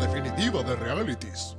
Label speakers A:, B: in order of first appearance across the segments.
A: mundo de realities.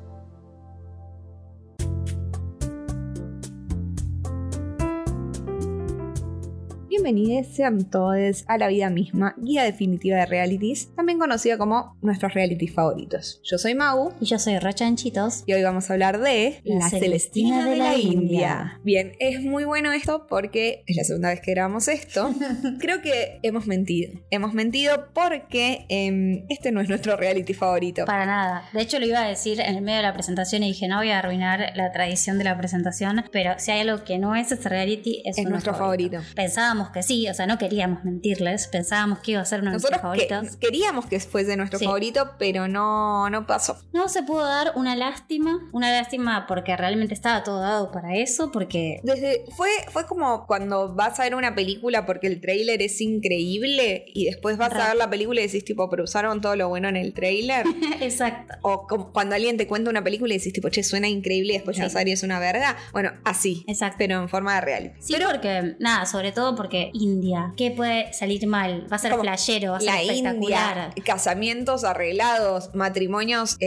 B: Bienvenidos sean todos a La Vida Misma, guía definitiva de realities, también conocida como nuestros realities favoritos. Yo soy Mau
C: Y yo soy Rochanchitos.
B: y hoy vamos a hablar de
C: La Celestina de la India.
B: Bien, es muy bueno esto porque es la segunda vez que grabamos esto. Creo que hemos mentido. Hemos mentido porque em, este no es nuestro reality favorito.
C: Para nada. De hecho, lo iba a decir en el medio de la presentación y dije, no voy a arruinar la tradición de la presentación, pero si hay algo que no es este reality, es,
B: Es
C: uno
B: nuestro favorito.
C: Pensábamos que sí, o sea, no queríamos mentirles, pensábamos que iba a ser uno de
B: Nosotros
C: nuestros
B: que-
C: favoritos.
B: queríamos que fuese nuestro
C: Sí.
B: favorito, pero no, no pasó.
C: No se pudo dar una lástima, una lástima porque realmente estaba todo dado para eso, porque
B: Desde, fue, fue como cuando vas a ver una película porque el tráiler es increíble y después vas a
C: Ra-
B: ver la película y decís tipo, pero usaron todo lo bueno en el tráiler.
C: exacto.
B: o como cuando alguien te cuenta una película y decís tipo, che, suena increíble y después la
C: Sí.
B: serie es una verga. Bueno, así.
C: Exacto.
B: Pero en forma de reality.
C: Sí, porque nada, sobre todo porque India, ¿qué puede salir mal? Va a ser
B: Como
C: flashero, va a ser
B: La
C: espectacular.
B: India, casamientos arreglados, matrimonios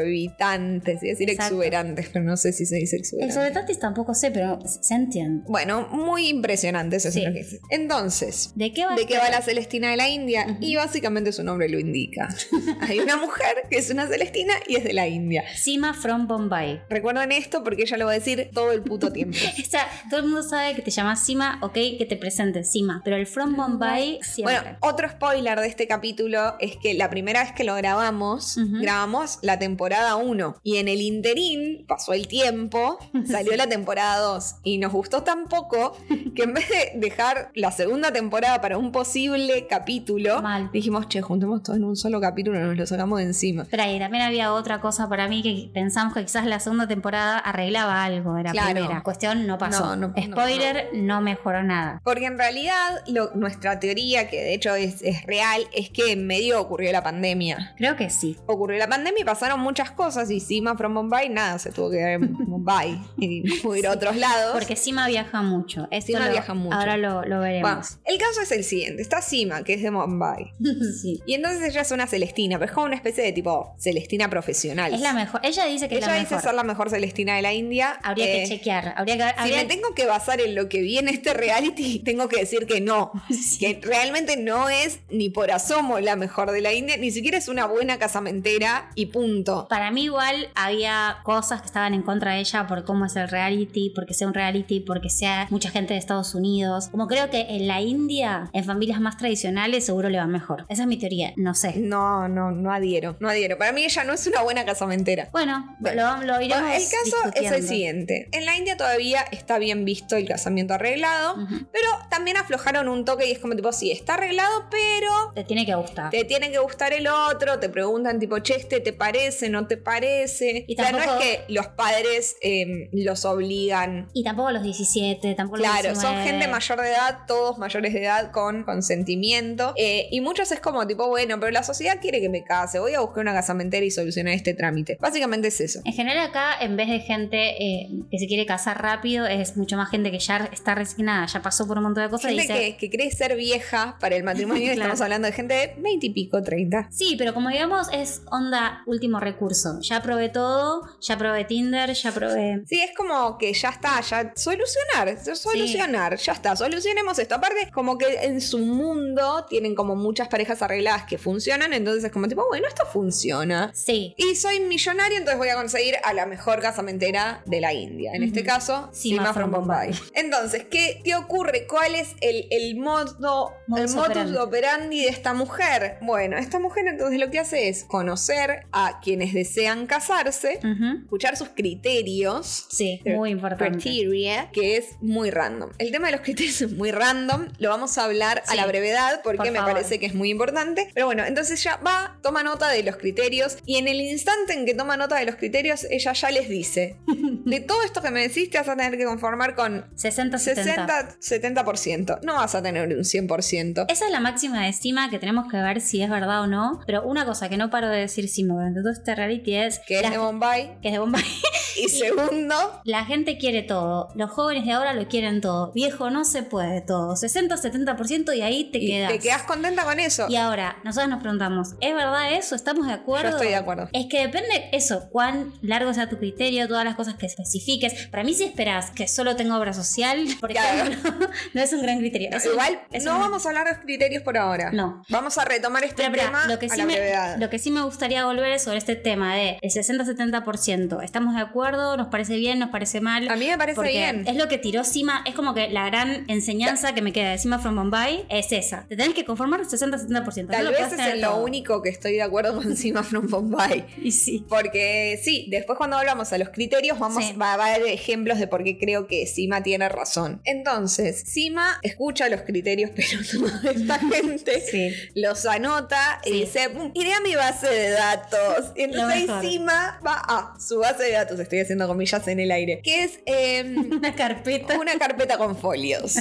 B: exorbitantes, es decir,
C: Exacto.
B: exuberantes, pero no sé si se dice
C: El
B: exuberante.
C: sobre tatis tampoco sé, pero se entiende.
B: Bueno, muy impresionantes eso
C: Sí.
B: es lo que es. Entonces,
C: ¿De qué va?
B: ¿De qué va
C: este-
B: la Celestina de la India? Y básicamente su nombre lo indica. Hay una mujer que es una Celestina y es de la India.
C: Sima from Bombay.
B: Recuerden esto porque ella lo va a decir todo el puto tiempo.
C: O sea, todo el mundo sabe que te llamas Sima, ok, que te presentes Sima, pero el from Bombay siempre.
B: Bueno, otro spoiler de este capítulo es que la primera vez que lo grabamos,
C: Ujú.
B: grabamos la temporada 1 y en el interín pasó el tiempo, salió la temporada 2 y nos gustó tan poco que en vez de dejar la segunda temporada para un posible capítulo,
C: Mal.
B: dijimos, che, juntemos todo en un solo capítulo, nos lo sacamos de encima.
C: Pero ahí también había otra cosa para mí que pensamos que quizás la segunda temporada arreglaba algo de la
B: Claro.
C: primera. Cuestión, no pasó.
B: No, no, no,
C: Spoiler, no, mejoró nada.
B: Porque en realidad lo- nuestra teoría, que de hecho es, es real, es que en medio ocurrió la pandemia.
C: Creo que sí.
B: Ocurrió la pandemia y pasaron muchas cosas y Sima from Bombay, nada, se tuvo que quedar en Bombay y pudo ir a otros lados.
C: Porque Sima viaja mucho. Esto
B: Sima
C: lo-
B: viaja mucho.
C: Ahora lo, lo
B: Bueno,
C: veremos.
B: el caso es el siguiente, está Sima, que es de Bombay.
C: sí.
B: Y entonces ella es una Celestina, pero es como una especie de tipo Celestina profesional.
C: Es la mejor. Ella dice que es
B: ella
C: la
B: dice
C: mejor.
B: ser la mejor Celestina de la India.
C: Habría
B: Eh,
C: que chequear. Habría que
B: Si
C: habría-
B: me tengo que basar en lo que vi en este reality, tengo que decir que no. Que realmente no es ni por asomo la mejor de la India, ni siquiera es una buena casamentera y punto.
C: Para mí igual había cosas que estaban en contra de ella por cómo es el reality, porque sea un reality, porque sea mucha gente de Estados Unidos. Como creo que en la India, en familias más tradicionales, seguro le va mejor. Esa es mi teoría, no sé.
B: No, no, no adhiero, no adhiero. Para mí ella no es una buena casamentera.
C: Bueno,
B: Bueno.
C: lo, lo iremos
B: Bueno, el caso es el
C: discutiendo.
B: siguiente. En la India todavía está bien visto el casamiento arreglado,
C: Ujú.
B: pero también aflojaron un toque y es como tipo, sí, está arreglado, pero
C: Te tiene que gustar.
B: te tiene que gustar el otro, te preguntan tipo, che, este te parece, no te parece.
C: Y
B: la verdad
C: tampoco-
B: es que los padres eh, los obligan.
C: Y tampoco los 17, tampoco
B: Claro,
C: los 19.
B: son gente mayor de edad, todos mayores de edad con consentimiento. Eh, y muchos es como tipo, bueno, pero la sociedad quiere que me case, voy a buscar una casamentera y solucionar este trámite. Básicamente es eso.
C: En general acá, en vez de gente eh, que se quiere casar rápido, es mucho más gente que ya está resignada, ya pasó por un montón de cosas y
B: Gente
C: dice...
B: que, que cree ser vieja para el matrimonio,
C: Claro.
B: estamos hablando de gente de 20 y pico, 30.
C: Sí, pero como digamos, es onda último recurso. Ya probé todo, ya probé Tinder, ya probé.
B: Sí, es como que ya está, ya solucionar, solucionar, ya está, solucionemos esto. Aparte, como que en su mundo tienen como muchas parejas arregladas que funcionan, entonces es como tipo, bueno, esto funciona.
C: Sí,
B: Y soy millonario, entonces voy a conseguir a la mejor casamentera de la India. En
C: Ujú.
B: este caso,
C: Sima
B: Sima from
C: from
B: Bombay. Entonces, ¿qué, qué ocurre? ¿Cuál es el, el modo, el
C: Modus
B: modus
C: operandi.
B: operandi de esta mujer? Bueno, esta mujer entonces lo que hace es conocer a quienes desean casarse,
C: ujú,
B: escuchar sus criterios
C: sí, muy importante.
B: criteria, que es muy random. El tema de los criterios es muy random, lo vamos a hablar a
C: Sí,
B: la brevedad porque
C: por
B: me
C: favor.
B: parece que es muy importante. Pero bueno, entonces ya va, toma nota de los criterios y en el instante en que toma nota de los criterios, ella ya les dice, de todo esto que me decís te vas a tener que conformar con
C: 60, 70.
B: 60, 70%, no vas a tener un 100%.
C: Esa es la máxima de Sima que tenemos que ver si es verdad o no. Pero una cosa que no paro de decir Sima durante todo este reality es.
B: que es
C: las-
B: de Bombay
C: que es de Bombay.
B: y Y segundo,
C: La gente quiere todo. Los jóvenes de ahora lo quieren todo. Viejo, no se puede todo. 60, 70% y ahí te
B: y
C: quedas.
B: te quedas contenta con eso.
C: Y ahora, nosotros nos preguntamos, ¿es verdad eso? ¿Estamos de acuerdo?
B: Yo estoy de acuerdo.
C: Es que depende eso, cuán largo sea tu criterio, todas las cosas que especifiques. Para mí, si esperás que solo tengo obra social, por
B: Claro.
C: ejemplo, no es un gran criterio. Es un-
B: Eh, Igual,
C: es
B: no
C: un-
B: vamos a hablar de criterios por ahora.
C: No.
B: Vamos a retomar este
C: Pero, pero,
B: tema
C: lo, que
B: a
C: sí
B: la
C: me,
B: brevedad.
C: lo que sí me gustaría volver es sobre este tema de el 60-70%. ¿Estamos de acuerdo? ¿Nos parece bien? ¿Nos parece mal?
B: A mí me parece
C: Porque
B: bien.
C: Es lo que tiró Sima, es como que la gran enseñanza que me queda de Sima from Bombay es esa. Te tenés que conformar 60-70%. no
B: Tal
C: lo
B: vez
C: podés
B: es
C: tener
B: en lo
C: todo.
B: único que estoy de acuerdo con Sima from Bombay.
C: Y sí.
B: Porque sí, después cuando hablamos a los criterios vamos
C: Sí.
B: va a haber ejemplos de por qué creo que Sima tiene razón. Entonces, Sima escucha los criterios pero no de esta gente.
C: Sí.
B: Los anota y
C: Sí.
B: dice, "Pum, iré a mi base de datos. Y entonces ahí
C: mejor.
B: Sima va a su base de datos, estoy haciendo comillas en el aire, que es em,
C: Una carpeta
B: una carpeta con folios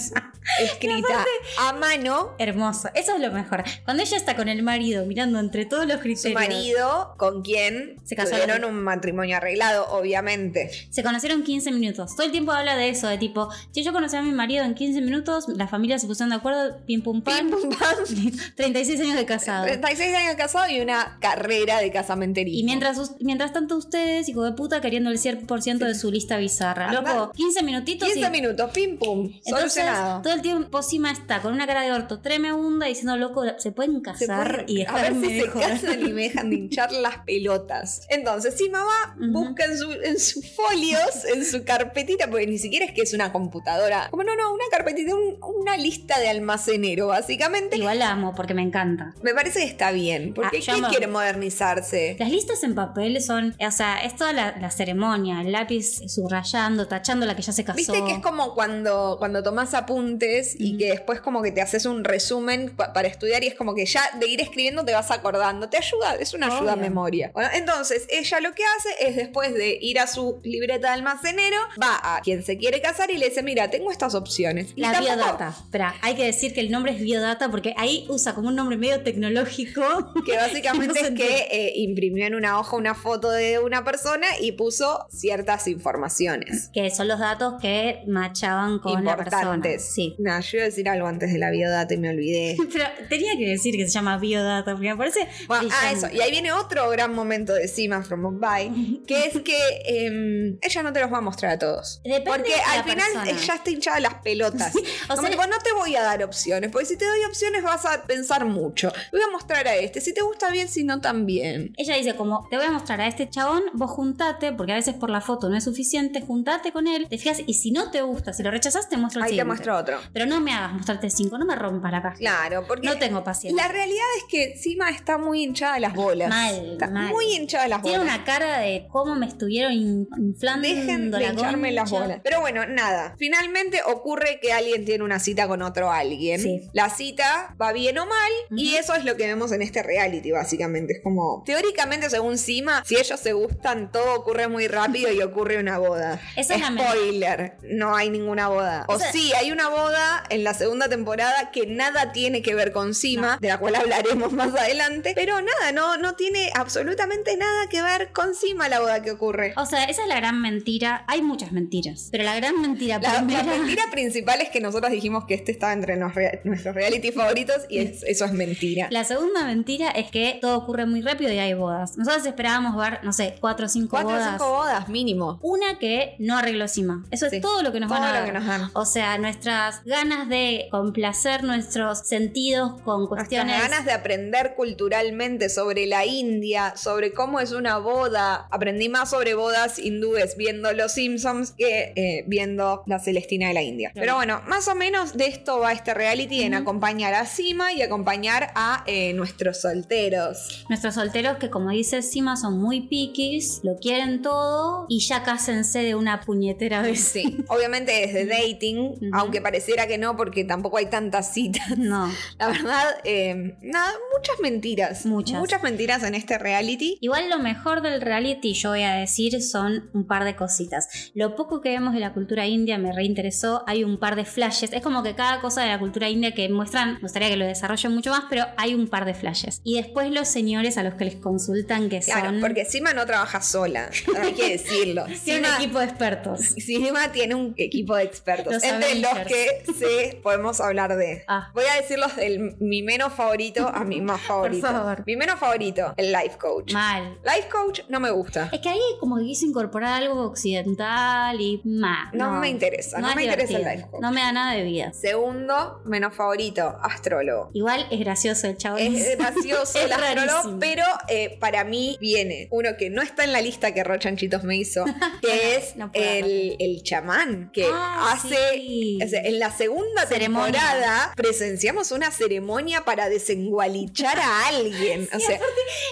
B: escrita a mano
C: hermosa. Eso es lo mejor. Cuando ella está con el marido mirando entre todos los
B: su
C: criterios.
B: marido con quien
C: Se
B: se
C: casaron.
B: casaron un matrimonio arreglado, obviamente.
C: Se conocieron 15 minutos. Todo el tiempo habla de eso, de tipo, si yo conocí a mi marido en 15 minutos, la familia se pusieron de acuerdo, pim pum pam.
B: Pim, pum, pam.
C: 36 años de casado.
B: 36 años casado y una carrera de casamenterismo.
C: Y mientras, us- mientras tanto ustedes, hijo de puta, queriendo el 100% de su lista bizarra.
B: Andá.
C: Loco, 15 minutitos
B: 15
C: y...
B: minutos, pim pum,
C: Entonces,
B: solucionado.
C: todo el tiempo Sima está con una cara de orto tremenda diciendo, loco, se pueden casar
B: Se pueden-
C: y
B: a ver
C: dejarme
B: si
C: de
B: se
C: joder".
B: casan y me dejan de hinchar las pelotas. Entonces, si mamá
C: Ujú.
B: busca en, su- en sus folios, en su carpetita, porque ni siquiera es que es una computadora. Como no, no, una carpetita, un- una lista de almacenero, básicamente.
C: Igual la amo porque me encanta.
B: Me parece que está bien, porque
C: Ah, yo
B: ¿quién
C: amo-
B: quiere modernizarse?
C: Las listas en papel son, o sea, es toda la, la ceremonia, el lápiz subrayando, tachando la que ya se casó.
B: Viste que es como cuando, cuando tomás apuntes y que después como que te haces un resumen pa- para estudiar y es como que ya de ir escribiendo te vas acordando. Te ayuda, es una ayuda a
C: Obvio.
B: memoria. Bueno, entonces ella lo que hace es después de ir a su libreta de almacenero, va a quien se quiere casar y le dice, mira, tengo estas opciones. Y
C: La
B: tampoco-
C: biodata. Espera, hay que decir que el nombre es biodata porque ahí usa como un nombre medio tecnológico.
B: Que
C: No
B: básicamente
C: se
B: es que eh, imprimió en una hoja una foto de una persona y puso ciertas informaciones.
C: Que son los datos que machaban con la persona.
B: importantes.
C: Sí.
B: Nah, yo iba a decir algo antes de la biodata y me olvidé.
C: Pero tenía que decir que se llama biodata porque me parece.
B: Bueno, ah,
C: brillante.
B: eso. Y ahí viene otro gran momento de Sima from Bombay, que es que em, ella no te los va a mostrar a todos.
C: Depende
B: porque
C: de la
B: al final
C: persona.
B: ella está hinchada de las pelotas.
C: O
B: Como
C: sea,
B: tipo, no te voy a dar opciones, porque si te doy opciones vas a pensar mucho. Te Voy a mostrar a este, si te gusta bien, si no también.
C: Ella dice como, te voy a mostrar a este chabón, vos juntate, porque a veces por la foto no es suficiente, juntate con él, te fijas y si no te gusta, si lo rechazas, te muestro el
B: Ahí te
C: siguiente.
B: muestro otro.
C: Pero no me hagas mostrarte cinco, no me rompas la caja.
B: Claro, porque
C: No tengo paciencia.
B: la realidad es que Sima está muy hinchada de las bolas.
C: Mal,
B: está
C: mal.
B: muy hinchada de las
C: Tiene
B: bolas.
C: una cara de cómo me estuvieron in- inflando
B: Dejen Mm, de
C: la
B: hincharme
C: concha.
B: las bolas. Pero bueno, nada. Finalmente ocurre que alguien tiene una cita con otro alguien.
C: Sí.
B: La cita va bien o mal. Y
C: Ujú.
B: eso es lo que vemos en este reality, básicamente. Es como. Teóricamente, según Sima, si ellos se gustan, todo ocurre muy rápido y ocurre una boda.
C: Esa es la me-
B: Spoiler: no hay ninguna boda. O
C: Esa-
B: sí, hay una boda en la segunda temporada que nada tiene que ver con Sima, de la cual hablaremos más adelante. Pero nada, no, no tiene absolutamente nada que ver con Sima la boda que ocurre.
C: O sea, esa es la gran mentira. Hay muchas mentiras, pero la gran mentira
B: La, la
C: primera
B: mentira principal es que nosotros dijimos que este estaba entre nos- nuestros reality favoritos y es- eso es mentira.
C: La segunda mentira es que todo ocurre muy rápido y hay bodas. Nosotros esperábamos ver, no sé, cuatro o cinco
B: Cuatro o
C: bodas.
B: cinco bodas mínimo.
C: Una que no arregló Sima. Eso
B: Sí.
C: es todo lo que nos
B: Todo
C: van a
B: lo
C: dar.
B: que nos dan.
C: O sea, nuestras ganas de complacer nuestros sentidos con
B: Nuestras
C: cuestiones.
B: ganas de aprender culturalmente sobre la India, sobre cómo es una boda. Aprendí más sobre bodas hindúes viendo Los Simpsons que eh, viendo La Celestina de la India.
C: Claro.
B: Pero bueno, más o menos de esto va este reality en
C: Ujú.
B: acompañar a Sima y acompañar a eh, nuestros solteros.
C: Nuestros solteros que, como dice Sima, son muy piquis, lo quieren todo y ya cásense de una puñetera vez.
B: Sí, obviamente desde dating, aunque pareciera que no, porque tampoco hay tantas citas.
C: No.
B: La verdad, eh, nada, muchas mentiras.
C: Muchas.
B: Muchas mentiras en este reality.
C: Igual lo mejor del reality, yo voy a decir, son un par de cositas. Lo poco que vemos de la cultura india me reinteresó. Hay un par de flashes. Es como que cada cosa de la cultura india que muestran, me gustaría que lo desarrollen mucho más, pero hay un par de flashes. Y después los señores a los que les consultan que
B: Claro,
C: son.
B: porque Sima no trabaja sola. Hay que que decirlo.
C: Tiene un
B: Sima-
C: equipo de expertos.
B: Cinema tiene un equipo de expertos,
C: Los
B: entre los que sí podemos hablar de.
C: Ah.
B: Voy a decir los del mi menos favorito a mi más favorito.
C: favor.
B: Mi menos favorito, el life coach.
C: Mal.
B: life coach no me gusta.
C: Es que ahí como que quiso incorporar algo occidental y ma.
B: No me interesa, no
C: es
B: me interesa el
C: divertido.
B: life coach.
C: No me da nada de vida.
B: Segundo, menos favorito, astrólogo.
C: Igual es gracioso el chavo.
B: Es gracioso
C: Es
B: el astrólogo,
C: rarísimo.
B: pero eh, para mí viene uno que no está en la lista que Rochanchitos me hizo, que es
C: No puedo
B: el, el chamán, que
C: Ah,
B: hace
C: sí.
B: O sea, en la segunda
C: Ceremonia.
B: temporada presenciamos una ceremonia para desengualichar a alguien. O sea,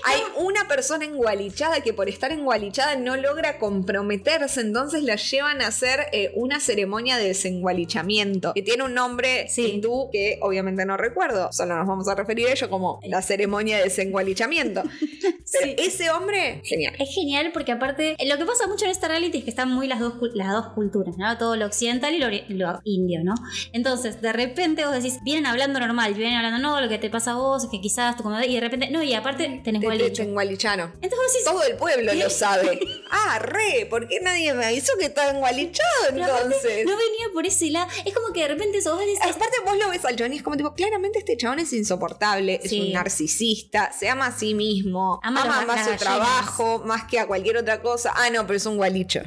B: hay una persona engualichada que por estar engualichada no logra comprometerse, entonces la llevan a hacer eh, una ceremonia de desengualichamiento, que tiene un nombre
C: Sí.
B: hindú que obviamente no recuerdo, solo nos vamos a referir a ello como la ceremonia de desengualichamiento. Pero
C: Sí.
B: ese hombre, genial.
C: Es genial porque aparte, eh, lo que pasa mucho en esta reality es que están muy las dos, cul- las dos culturas, ¿no? Todo lo occidental y lo, ori- lo indio, ¿no? Entonces, de repente vos decís, vienen hablando normal, vienen hablando, no, lo que te pasa a vos, es que quizás tú como... Y de repente, no, y aparte tenés
B: Te- te-
C: gualicho.
B: Desengualichano.
C: Entonces vos decís,
B: Todo el pueblo lo sabe. Ah, re, ¿por qué nadie me avisó que estaba engualichado
C: Pero aparte,
B: entonces?
C: No venía por ese lado. Es como que de repente eso vos decís.
B: Aparte vos lo ves al Johnny, es como tipo, claramente este chabón es insoportable,
C: Sí.
B: es un narcisista, se ama a sí mismo,
C: Ama
B: ama,
C: lo más
B: más
C: las
B: su
C: gallinas.
B: trabajo, más que a cualquier otra cosa. Ah, no, pero es un gualicho.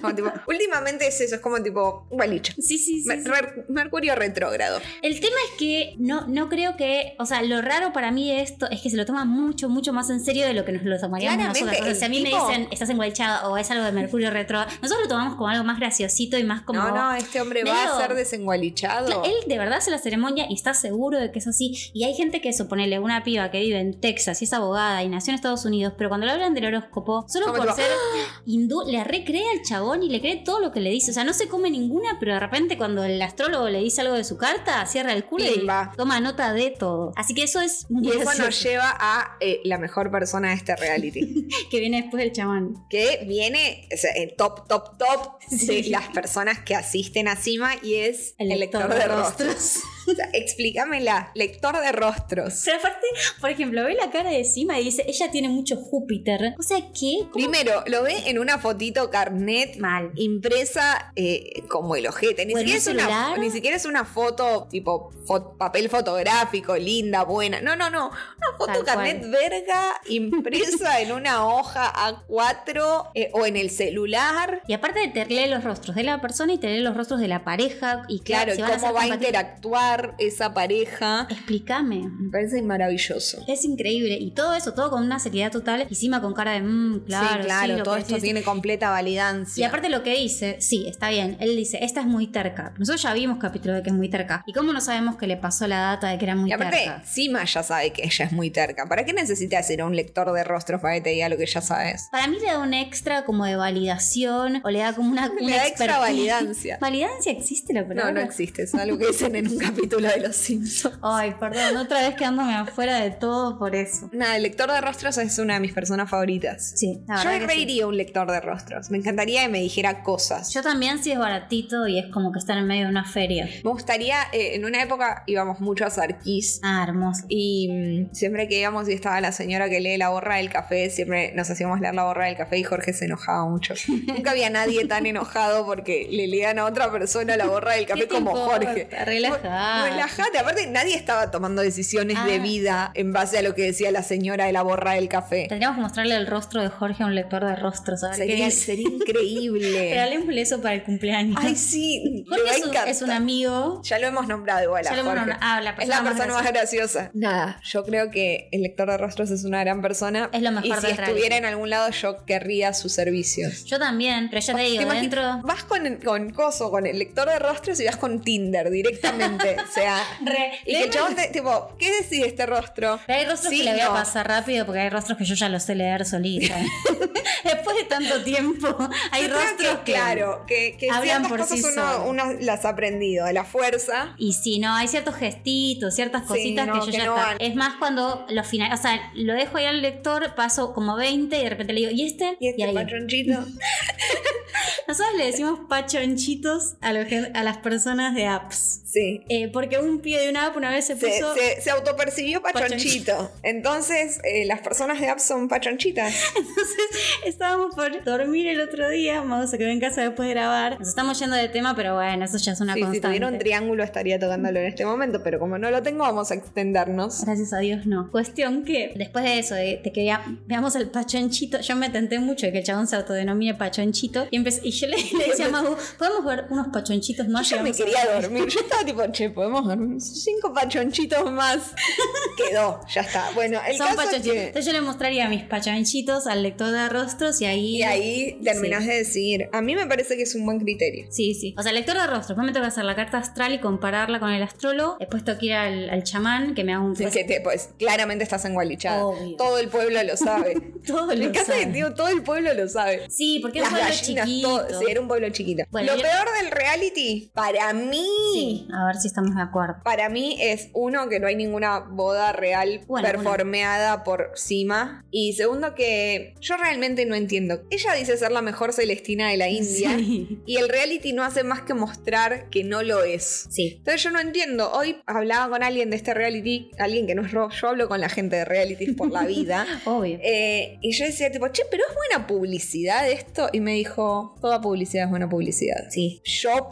B: Como tipo, últimamente es eso, es como tipo, un gualicho.
C: Sí, sí, sí,
B: Mer-
C: sí.
B: Mer- Mercurio retrógrado.
C: El tema es que no, no creo que. O sea, lo raro para mí de esto es que se lo toma mucho, mucho más en serio de lo que nos lo tomaríamos
B: Claramente,
C: nosotros. O sea, si a mí
B: el
C: me
B: tipo-
C: dicen estás engualchado o es algo de Mercurio retro, nosotros lo tomamos como algo más graciosito y más como.
B: No, no, este hombre va
C: medio-
B: a ser desengualichado.
C: Él de verdad hace la ceremonia y está seguro de que es así. Y hay gente que eso, ponele una piba que vive en Texas y es abogada y nació en Estados Unidos, pero cuando le hablan del horóscopo, solo
B: Como
C: por
B: tipo,
C: ser hindú, le recrea al chabón y le cree todo lo que le dice. O sea, no se come ninguna, pero de repente cuando el astrólogo le dice algo de su carta, cierra el culo y,
B: Pimba.
C: toma nota de todo. Así que eso es
B: Y
C: muy
B: eso nos
C: gracioso,
B: lleva a eh, la mejor persona de este reality.
C: que viene después del chabón.
B: que viene o sea, en top, top, top
C: Sí.
B: de las personas que asisten a Cima y es el, lector, de rostros. O sea, explícamela, lector de rostros.
C: Pero aparte, por ejemplo, ve la cara de Cima y dice, ella tiene mucho Júpiter. O sea, ¿qué? ¿Cómo?
B: Primero, lo ve en una fotito carnet
C: Mal.
B: impresa eh, como el ojete. Ni,
C: Bueno,
B: siquiera
C: ¿un
B: es una,
C: celular?
B: ni siquiera es una foto tipo fo- papel fotográfico, linda, buena. No, no, no. Una
C: Tal
B: foto carnet
C: cual.
B: verga impresa en una hoja A4 eh, o en el celular.
C: Y aparte te lee los rostros de la persona y te lee los rostros de la pareja y
B: Claro,
C: si
B: y
C: van a
B: cómo
C: ser
B: va a
C: compatibles.
B: interactuar esa pareja.
C: Explícame.
B: Me parece maravilloso.
C: Es increíble. Y todo eso, todo con una seriedad total. Y encima con cara de, mmm, claro.
B: sí, claro,
C: lo
B: todo
C: que
B: esto
C: decís".
B: tiene completa
C: Y
B: validancia.
C: aparte lo que dice, sí, está bien. Él dice, esta es muy terca. Nosotros ya vimos capítulo de que es muy terca. ¿Y cómo no sabemos que le pasó la data de que era muy
B: Y aparte,
C: terca?
B: Sima ya sabe que ella es muy terca. ¿Para qué necesitas ir a un lector de rostros para que te diga lo que ya sabes?
C: Para mí le da un extra como de validación o le da como una.
B: Le
C: una
B: da extra
C: expertise.
B: validancia.
C: ¿Validancia existe la palabra?
B: No, no existe. Es algo que dicen en un capítulo de Los Simpsons.
C: Ay, perdón, otra vez quedándome afuera de todo por eso.
B: Nada, el lector de rostros es una de mis personas favoritas.
C: Sí, la
B: Yo
C: verdad.
B: me
C: que sí.
B: reiría un lector de rostros. Me encantaría que me dijera cosas.
C: Yo también sí es baratito y es como que estar en medio de una feria.
B: Me gustaría, eh, en una época íbamos mucho a Sarkis.
C: Ah, hermoso.
B: Y mm, siempre que íbamos y estaba la señora que lee la borra del café, siempre nos hacíamos leer la borra del café y Jorge se enojaba mucho. Nunca había nadie tan enojado porque le leían a otra persona la borra del
C: ¿Qué
B: café
C: te
B: como
C: importa?
B: Jorge.
C: Relajá.
B: Relajate, aparte nadie estaba tomando decisiones
C: Ah.
B: de vida en base a lo que decía la señora de la borra del café.
C: Tendríamos que mostrarle el rostro de Jorge a un lector de rostros. A ver qué
B: Sería,
C: dice.
B: sería increíble.
C: Regalémosle eso para el cumpleaños.
B: Ay, sí, le
C: Jorge
B: va a
C: es un,
B: encantar.
C: es un amigo.
B: Ya lo hemos nombrado igual. a
C: Ya lo hemos
B: Jorge.
C: nombrado. Ah, la
B: es la
C: persona más
B: persona más graciosa. Nada, yo creo que el lector de rostros es una gran persona.
C: Es lo mejor
B: Y si
C: del
B: estuviera
C: reality.
B: en algún lado, yo querría sus servicios.
C: Yo también, pero ya te digo,
B: imaginas?
C: dentro.
B: Vas con, con Coso, con el lector de rostros y vas con Tinder directamente. o sea,
C: Re-
B: y que el chabón te, tipo, ¿qué decide este rostro?
C: Pero hay rostros
B: Sí,
C: que le voy a
B: no.
C: pasar rápido porque hay rostros que yo ya los sé leer solita. Después de tanto tiempo, hay
B: Yo creo
C: rostros que.
B: Claro, que, que
C: hablan
B: ciertas
C: por
B: cosas
C: sí
B: uno,
C: solos.
B: uno las ha aprendido. La fuerza.
C: Y sí, no, hay ciertos gestitos, ciertas
B: Sí,
C: cositas
B: no,
C: que yo
B: que
C: ya
B: no
C: está.
B: van.
C: Es más cuando lo final, o sea, lo dejo ahí al lector, paso como 20 y de repente le digo, ¿y este?
B: Y este
C: ahí.
B: patroncito.
C: Nosotros le decimos pachonchitos a, los gen- a las personas de apps.
B: Sí.
C: Eh, porque un pibe de una app una vez se
B: Se,
C: puso.
B: se- se autopercibió pachonchito. Entonces, eh, las personas de app son pachonchitas.
C: Entonces estábamos por dormir el otro día. Mago se quedó en casa después de grabar. Nos estamos yendo de tema, pero bueno, eso ya es una
B: Sí, si
C: constante.
B: tuviera un triángulo estaría tocándolo en este momento, pero como no lo tengo, vamos a extendernos.
C: Gracias a Dios, no. Cuestión que después de eso, de, de que vea- veamos el pachonchito, yo me tenté mucho de que el chabón se autodenomine pachonchito. Y, empecé- y yo le, le decía a Magu, ¿podemos ver unos pachonchitos más?
B: Yo me
C: Llegamos a-
B: quería dormir. Yo estaba tipo, che, podemos dormir cinco pachonchitos más. Quedó, ya está. Bueno, el
C: Son
B: caso es
C: pachonchitos.
B: que-
C: Entonces yo le mostraría mis pachonchitos al lector de rostros y ahí.
B: Y ahí terminás de decidir. A mí me parece que es un buen criterio.
C: Sí, sí. O sea, lector de rostros. Después me tengo que hacer la carta astral y compararla con el astrólogo. Después tengo que ir al, al chamán que me haga un.
B: Es que te- pues, claramente estás engualichada.
C: Obvio.
B: Todo el pueblo lo sabe.
C: Todo lo
B: Me encanta que
C: sabe.
B: digo, todo el pueblo lo sabe.
C: Sí, porque es
B: Las
C: un pueblo
B: gallinas, todo.
C: chiquito.
B: Sí, era un pueblo chiquito.
C: Bueno,
B: lo
C: yo-
B: peor del reality, para mí,
C: Sí, a ver si estamos de acuerdo.
B: Para mí es uno que no hay ninguna boda real
C: Bueno,
B: performeada por Sima. Y segundo que yo realmente no entiendo. Ella dice ser la mejor Celestina de la India.
C: Sí.
B: Y el reality no hace más que mostrar que no lo es.
C: Sí.
B: Entonces yo no entiendo. Hoy hablaba con alguien de este reality, alguien que no es Rob. Yo hablo con la gente de reality por la vida.
C: Obvio.
B: Eh, y yo decía tipo, che, pero es buena publicidad esto. Y me dijo, toda publicidad es buena publicidad.
C: Sí.
B: Yo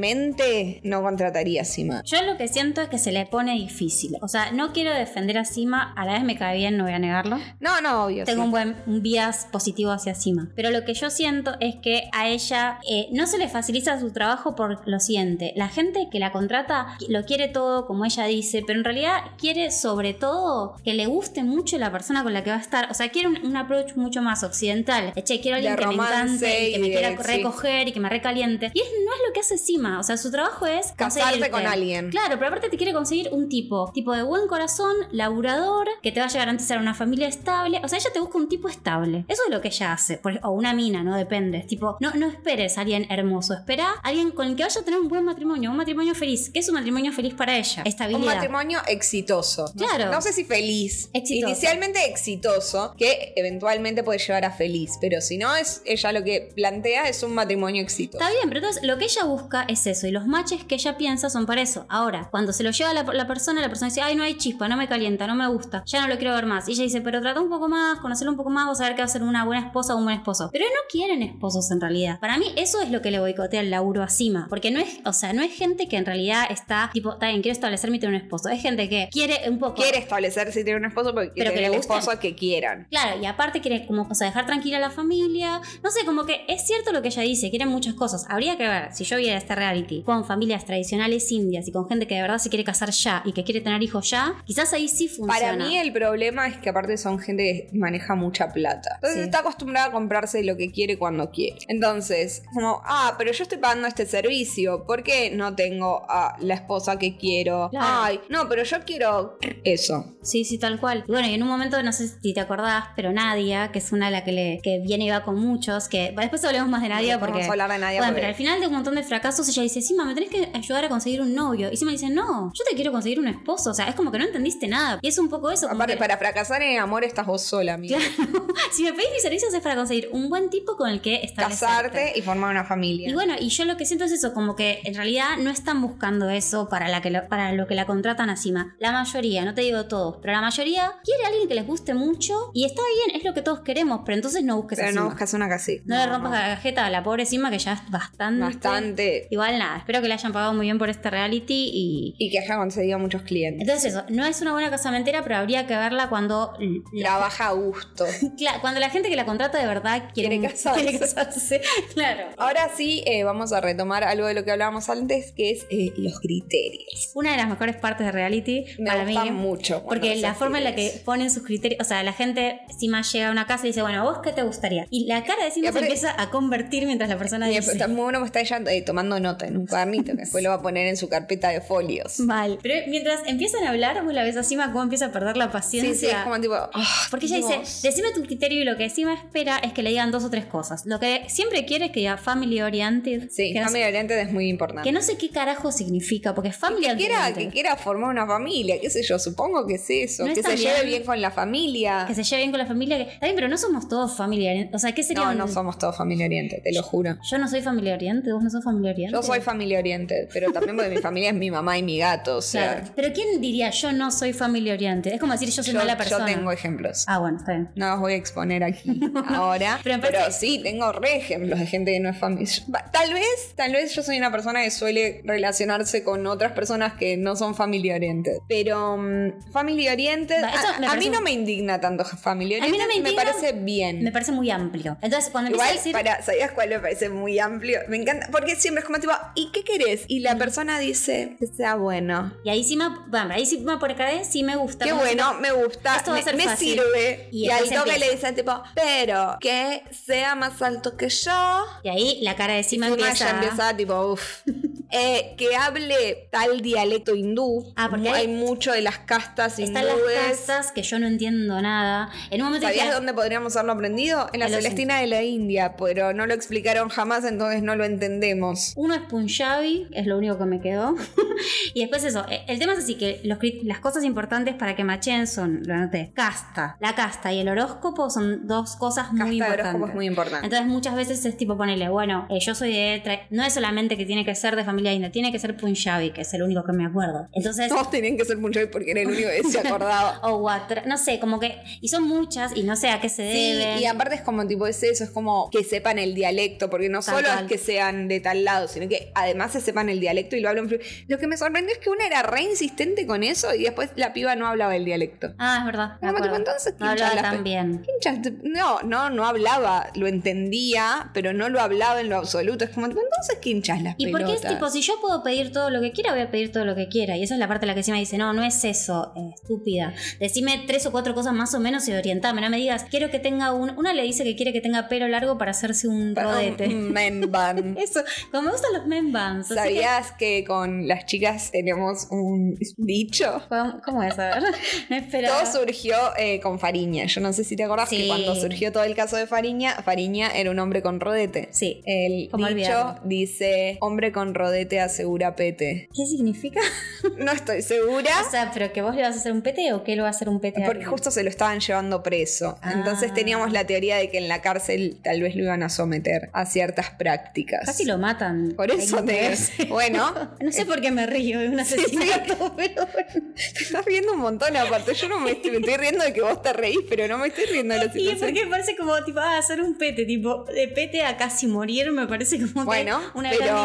B: personalmente no contrataría a Sima.
C: Yo lo que siento es que se le pone difícil. O sea, no quiero defender a Sima, a la vez me cae bien, no voy a negarlo.
B: No, no, obvio.
C: Tengo
B: sí.
C: un buen un bias positivo hacia Sima. Pero lo que yo siento es que a ella eh, no se le facilita su trabajo por lo siguiente. La gente que la contrata lo quiere todo, como ella dice, pero en realidad quiere sobre todo que le guste mucho la persona con la que va a estar. O sea, quiere un, un approach mucho más occidental. Eh, Che, quiero alguien
B: De
C: que me encante,
B: romance
C: y que
B: y
C: me
B: de-
C: quiera
B: sí.
C: recoger y que me recaliente. Y es, no es lo que hace Sima. O sea, su trabajo es...
B: Casarte
C: conseguirte.
B: con alguien.
C: Claro, pero aparte te quiere conseguir un tipo, tipo de buen corazón, laburador, que te va a garantizar una familia estable. O sea, ella te busca un tipo estable. Eso es lo que ella hace. Por- o una mina, no depende. Es Tipo, no, no esperes a alguien hermoso, espera a alguien con el que vaya a tener un buen matrimonio, un matrimonio feliz. ¿Qué es un matrimonio feliz para ella?
B: Un
C: Estabilidad.
B: matrimonio exitoso. No sé-
C: Claro.
B: No sé si feliz.
C: Exitoso.
B: Inicialmente exitoso, que eventualmente puede llevar a feliz. Pero si no, es ella lo que plantea es un matrimonio exitoso.
C: Está bien, pero entonces lo que ella busca es eso y los matches que ella piensa son para eso. Ahora, cuando se lo lleva la, la persona, la persona dice, ay, no hay chispa, no me calienta, no me gusta, ya no lo quiero ver más. Y ella dice, pero trata un poco más, conocerlo un poco más, vos a ver que va a ser una buena esposa o un buen esposo. Pero no quieren esposos en realidad. Para mí eso es lo que le boicotea el laburo a Sima, porque no es, o sea, no es gente que en realidad está tipo, está bien, quiero establecerme y tener un esposo. Es gente que quiere un poco...
B: Quiere establecerse y tener un esposo porque
C: Pero
B: quiere
C: que
B: tener
C: le
B: el
C: guste.
B: esposo que quieran.
C: Claro, y aparte quiere como, o sea, dejar tranquila a la familia. No sé, como que es cierto lo que ella dice, quieren muchas cosas. Habría que ver, si yo viera este reality con familias tradicionales indias y con gente que de verdad se quiere casar ya y que quiere tener hijos ya, quizás ahí sí funciona.
B: Para mí el problema es que aparte son gente que maneja mucha plata. Entonces
C: Sí.
B: está acostumbrada a comprarse lo que quiere cuando quiere. Entonces, como, ah, pero yo estoy pagando este servicio, ¿por qué no tengo a la esposa que quiero?
C: Claro.
B: Ay, no, pero yo quiero eso.
C: Sí, sí, tal cual. Y bueno, y en un momento, no sé si te acordás, pero Nadia, que es una de las que, le, que viene y va con muchos, que bueno, después hablemos más de Nadia
B: No
C: porque...
B: Vamos a hablar de nadie.
C: Bueno, pero al final de un montón de fracasos ella dice, Sima, me tenés que ayudar a conseguir un novio. Y Sima dice, no, yo te quiero conseguir un esposo. O sea, es como que no entendiste nada. Y es un poco eso. como
B: Aparte,
C: que-
B: para fracasar en el amor estás vos sola, amiga.
C: Claro. si me pedís mis servicios es para conseguir un buen tipo con el que establecerte.
B: Casarte y formar una familia.
C: Y bueno, y yo lo que siento es eso, como que en realidad no están buscando eso para, la que lo, para lo que la contratan a Sima. La mayoría, no te digo todos, pero la mayoría quiere a alguien que les guste mucho y está bien, es lo que todos queremos, pero entonces no busques a
B: pero no
C: Sima.
B: buscas una casi.
C: No le rompas la cajeta a la pobre Sima que ya es bastante.
B: Bastante.
C: Igual nada, espero que le hayan pagado muy bien por este reality y...
B: Y que haya conseguido muchos clientes.
C: Entonces eso, no es una buena casamentera, pero habría que verla cuando
B: Trabaja a gusto.
C: Cla- cuando la gente que la contrata de verdad quiere,
B: Quiere casarse.
C: quiere casarse. Claro.
B: Ahora sí, eh, vamos a retomar algo de lo que hablábamos antes, que es eh, los criterios.
C: Una de las mejores partes de reality
B: Me
C: para mí.
B: gustan mucho. cuando
C: Porque
B: se
C: la forma en la
B: escribe
C: que ponen sus criterios, o sea, la gente encima llega a una casa y dice, bueno, ¿a vos qué te gustaría? Y la cara de
B: Y
C: Sima se
B: aparte-
C: empieza a convertir mientras la persona
B: eso. Y
C: dice.
B: está muy bueno, está ella eh, tomando nota en un cuadernito, que después lo va a poner en su carpeta de folios.
C: "Mm, Mal. Pero mientras empiezan a hablar, vos la ves a Sima cómo empieza a perder la
B: Sí,
C: paciencia.
B: sí, es como tipo. ah,
C: Porque ella
B: Dios.
C: dice, decime tu criterio y lo que Sima espera es que le digan dos o tres cosas. Lo que siempre quiere es que diga family oriented.
B: Sí,
C: que no,
B: familia oriented es muy
C: sé,
B: importante.
C: que no sé qué carajo significa, porque family
B: que quiera, que
C: oriented-
B: quiera formar una familia, qué sé yo, supongo que es eso,
C: No
B: que
C: está
B: se lleve
C: bien.
B: bien con la familia.
C: que se lleve bien con la familia. Que, está bien, pero no somos todos familiares. O sea, ¿qué sería
B: No,
C: un-
B: no somos todos familia familia oriente, te lo juro.
C: Yo no soy familia oriente, vos no sos familia oriente.
B: Yo soy familia oriente, pero también porque mi familia es mi mamá y mi gato, o sea.
C: Claro. Pero ¿quién diría yo no soy familia oriente? Es como decir yo soy
B: yo-
C: mala
B: yo
C: persona.
B: tengo ejemplos.
C: Ah, bueno, está bien.
B: No los voy a exponer aquí ahora.
C: Pero
B: pero,
C: me parece-
B: sí, tengo re ejemplos de gente que no es familia. Tal vez, tal vez yo soy una persona que suele relacionarse con otras personas que no son familia orientes. Pero mm, familia orientes.
C: Va, eso
B: A,
C: me
B: a
C: parece
B: mí no
C: un-
B: me indigna tanto familia
C: A mí
B: orientes.
C: no me indigna,
B: parece bien.
C: Me parece muy amplio. Entonces, cuando empiezo a
B: Igual,
C: decir.
B: para, ¿sabías cuál me parece muy amplio? Me encanta, porque siempre es como tipo, ¿y qué querés? Y
C: Mm.
B: la persona dice, que sea bueno.
C: Y ahí sí me, bueno, ahí sí me por acá eh, sí me gusta.
B: Qué
C: Como
B: bueno, me gusta,
C: Esto va a
B: me,
C: ser
B: me
C: fácil.
B: sirve.
C: Y
B: Y, al
C: después
B: toque
C: empieza.
B: le dicen tipo, pero que sea más alto que yo.
C: que- Y ahí la cara de Sima
B: Una
C: empieza.
B: ya empieza tipo, uff. que hable tal dialecto hindú.
C: Ah, porque
B: Mu-
C: hay-
B: hay mucho de las castas
C: Están las
B: hindúes.
C: castas que yo no entiendo nada. En un momento
B: ¿Sabías
C: dije,
B: dónde podríamos haberlo aprendido? En la
C: En los
B: Celestina de la India, pero no lo explicaron jamás, entonces no lo entendemos.
C: uno es Punjabi, es lo único que me quedó. y después eso, eh, el tema es así que los cri- las cosas importantes para que machen son, lo anoté, casta. La casta y el horóscopo son dos cosas muy
B: Casta de
C: importantes.
B: horóscopo es muy importante.
C: Entonces muchas veces es tipo ponele, bueno, eh, yo soy de... tra- No es solamente que tiene que ser de familia india, tiene que ser Punjabi, que es el único que me acuerdo. Entonces...
B: Todos tenían que ser Punjabi porque era el único que se acordaba.
C: O Watra, no sé, como que. Y son muchas, y no sé a qué se
B: Sí,
C: deben.
B: y aparte es como tipo, es eso, es como que sepan el dialecto, porque no
C: Tal
B: solo
C: cual.
B: es que sean de tal lado, sino que además se sepan el dialecto y lo hablan. flu- Lo que me sorprendió es que una era re insistente con eso y después la piba no hablaba el dialecto.
C: Ah, es verdad. me
B: Como tipo,
C: acuerdo.
B: entonces,
C: no
B: ¿quién
C: hablaba
B: charla?
C: tan bien.
B: Pinchas, No, no, no hablaba, lo entendía, pero no lo hablaba en lo absoluto. Es como, tipo, entonces, ¿qué hinchas las
C: ¿Y por qué es
B: pelotas?
C: tipo, si yo puedo pedir todo lo que quiera, voy a pedir todo lo que quiera? Y esa es la parte en la que sí me dice, no, no es eso, eh, estúpida. Decime tres o cuatro cosas más o menos y orientame, no me digas, quiero que tenga un... Una le dice que quiere que tenga pelo largo para hacerse un
B: Para un-
C: rodete.
B: un men bun.
C: Eso, como me gustan los men bands. así que-
B: ¿Sabías que con las chicas tenemos un dicho?
C: ¿Cómo- ¿Cómo es? A ver, no esperaba.
B: Todo surgió eh, con Fariña. Yo no sé si te acordás
C: Sí.
B: que cuando surgió todo el caso de Fariña, Fariña era un hombre con rodete.
C: Sí.
B: El
C: ¿Cómo olvidarlo?
B: dicho dice, hombre con rodete asegura pete.
C: ¿Qué significa?
B: No estoy segura.
C: O sea, pero que vos le vas a hacer un pete o que él va a hacer un pete a
B: Porque
C: alguien?
B: justo se lo estaban llevando preso.
C: Ah.
B: Entonces teníamos la teoría de que en la cárcel tal vez lo iban a someter a ciertas prácticas.
C: Casi lo matan.
B: Por eso
C: Técnicamente.
B: te... Bueno,
C: No sé por qué me río de un asesinato, pero bueno.
B: te estás riendo un montón aparte. Yo no me estoy, me estoy riendo de que vos te reís, pero no me estoy riendo de la
C: Y es
B: situación.
C: porque me parece como, tipo, ah, hacer un pete, tipo, de pete a casi morir, me parece como
B: Bueno,
C: que hay una
B: pero-
C: gran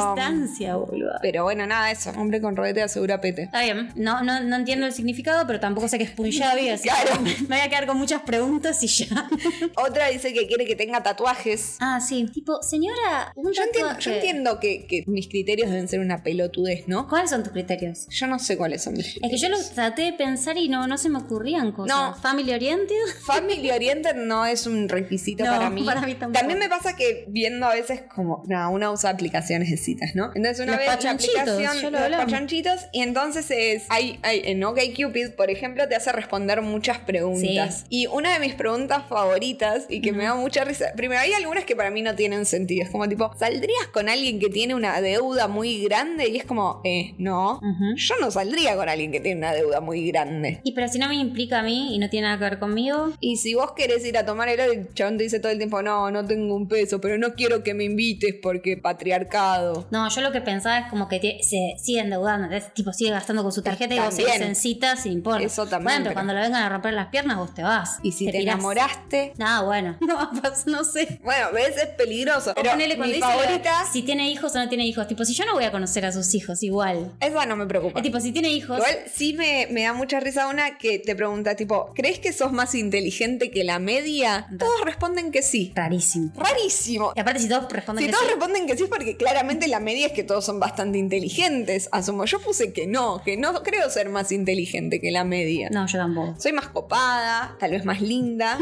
C: distancia, boludo.
B: Pero bueno, nada, eso. Hombre con rodete asegura pete.
C: Está bien, no, no, no entiendo el significado, pero tampoco sé qué es Punjabi, así
B: Claro.
C: que me voy a quedar con muchas preguntas y ya.
B: Otra dice que quiere que tenga tatuajes.
C: Ah, sí. Tipo, señora, un
B: Yo entiendo,
C: tatuaje.
B: yo entiendo que, que mis criterios deben ser una pelotudez, ¿no?
C: ¿Cuáles son tus criterios?
B: Yo no sé cuáles son mis
C: Es que
B: criterios.
C: yo lo traté de pensar y no, no se me ocurrían cosas.
B: No.
C: Family Oriented.
B: Family Oriented no es un requisito
C: No,
B: para mí.
C: para mí tampoco.
B: También me pasa que viendo a veces como, no, una usa aplicaciones de citas, ¿no? Entonces una
C: Los
B: vez la
C: pachanchitos,
B: aplicación,
C: ya lo
B: los
C: hablamos.
B: pachanchitos, y entonces es, hay, hay- en OkCupid, por ejemplo, te hace responder muchas preguntas.
C: Sí.
B: Y una de mis preguntas favoritas y que me da mucha risa, primero hay algunas que para mí no tienen sentido, es como tipo, ¿saldrías con alguien que tiene una deuda muy grande? Y es como, eh, no,
C: Ujú.
B: yo no saldría con alguien que tiene una deuda muy grande.
C: Y pero si no me implica a mí y no tiene nada que ver conmigo,
B: Y si vos querés ir a tomar helado, el chabón te dice todo el tiempo, no, no tengo un peso, pero no quiero que me invites porque patriarcado.
C: No, yo lo que pensaba es como que tie- se sigue endeudando, es tipo sigue gastando con su tarjeta y vos se
B: También.
C: en citas sin importa.
B: Eso también,
C: Bueno, pero,
B: pero-
C: cuando le vengan a romper las piernas vos te vas.
B: Y si te,
C: pirás.
B: enamoraste...
C: No, bueno, no, pues, no sé.
B: Bueno, ves, es peligroso.
C: O
B: Pero
C: ponele cuando
B: mi
C: dice lo de
B: favorita,
C: si tiene hijos o no tiene hijos. Tipo, si yo no voy a conocer a sus hijos igual.
B: esa no me preocupa.
C: Es tipo, si tiene hijos.
B: Igual sí me, me da mucha risa una que te pregunta, tipo, ¿crees que sos más inteligente que la media? Todos responden que sí.
C: Rarísimo.
B: Rarísimo.
C: Y aparte, si todos responden
B: Si
C: que
B: todos
C: sí,
B: responden que sí es porque claramente la media es que todos son bastante inteligentes. Asumo, yo puse que no, que no creo ser más inteligente que la media.
C: No, yo tampoco.
B: Soy más copada, tal vez más linda,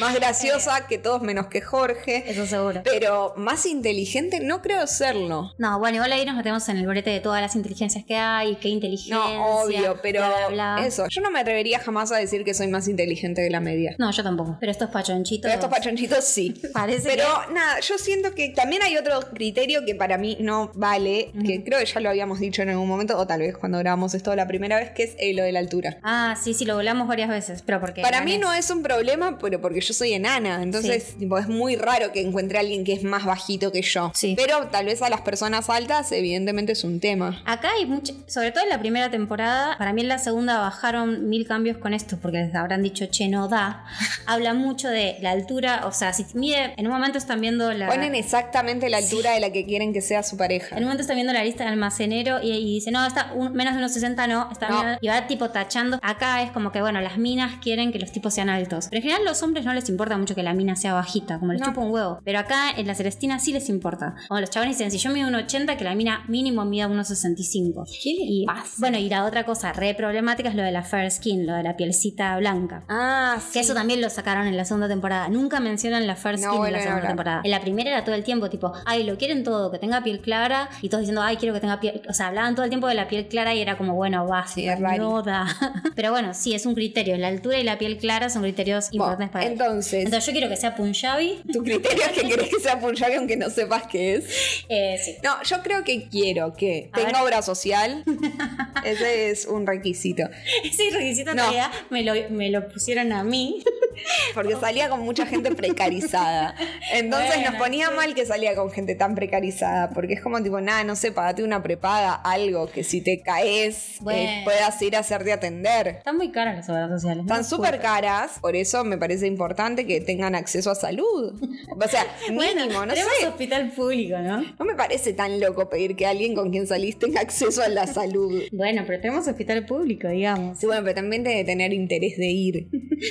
B: más graciosa que todos menos que Jorge,
C: Eso seguro.
B: pero más inteligente no creo serlo.
C: No, bueno, igual ahí nos metemos en el brete de todas las inteligencias que hay, qué inteligencia.
B: No, obvio, pero
C: bla, bla, bla.
B: eso. Yo no me atrevería jamás a decir que soy más inteligente que la media.
C: No, yo tampoco. Pero estos pachonchitos.
B: Pero estos pachonchitos sí.
C: Parece
B: Pero
C: que-
B: nada, yo siento que también hay otro criterio que para mí no vale, que creo que ya lo habíamos dicho en algún momento, o tal vez cuando grabamos esto la primera vez, que es eh, lo de la altura.
C: Ah, sí, sí, lo volamos varias veces, pero porque...
B: Para mí no es un problema, pero porque yo soy enana, entonces tipo, es muy raro que encuentre a alguien que es más bajito que yo.
C: Sí.
B: Pero tal vez a las personas altas, evidentemente, es un tema.
C: Acá hay mucho, sobre todo en la primera temporada, para mí en la segunda bajaron mil cambios con esto, porque les habrán dicho, che, no da. Habla mucho de la altura, o sea, si mire, en un momento están viendo la...
B: Ponen exactamente la altura de la que quieren que sea su pareja.
C: En un momento están viendo la lista del almacenero y, y dice, no, está un- menos de unos 60 no, está
B: No.
C: menos- y va tipo tachando. Acá es como que, bueno, las minas quieren que los tipos sean altos. Pero en general los hombres no les importa mucho que la mina sea bajita, como les
B: No.
C: chupa un huevo. Pero acá en la Celestina sí les importa. Como los chavales dicen, si yo mido un 80, que la mina mínimo mida unos 65.
B: ¿Qué les
C: Y,
B: pasa?
C: bueno, y la otra cosa re problemática es lo de la fair skin, lo de la pielcita blanca.
B: Ah, sí.
C: Que eso también lo sacaron en la segunda temporada. Nunca mencionan la fair
B: No
C: skin en
B: vuelven
C: la
B: a
C: segunda
B: hablar.
C: temporada. En la primera era todo el tiempo, tipo, ay, lo quieren todo, que tenga piel clara. Y todos diciendo, ay, quiero que tenga piel. O sea, hablaban todo el tiempo de la piel clara y era como, bueno, va,
B: Sí, es rari.
C: no da. Pero bueno, sí, es un criterio. La altura y la piel clara son criterios
B: Bueno,
C: importantes para
B: entonces,
C: Entonces, yo quiero que sea Punjabi.
B: tu criterio es que querés que sea Punjabi aunque no sepas qué es.
C: Eh, sí.
B: No, yo creo que quiero que
C: A
B: tenga obra social. Ese es un requisito.
C: Ese requisito en
B: No.
C: realidad me lo, me lo pusieron a mí.
B: Porque salía con mucha gente precarizada. Entonces
C: Bueno,
B: nos ponía
C: sí.
B: mal que salía con gente tan precarizada. Porque es como tipo, nada, no sé, pagate una prepaga, algo que si te caes eh,
C: Bueno.
B: puedas ir a hacerte atender.
C: Están muy caras las obras sociales.
B: Están
C: no
B: súper caras, por eso me parece importante que tengan acceso a salud. O sea,
C: Bueno,
B: mínimo, no sé.
C: tenemos hospital público, ¿no?
B: No me parece tan loco pedir que alguien con quien salís tenga acceso a la salud.
C: Bueno, pero tenemos hospital público, digamos.
B: Sí, bueno, pero también debe tener interés de ir.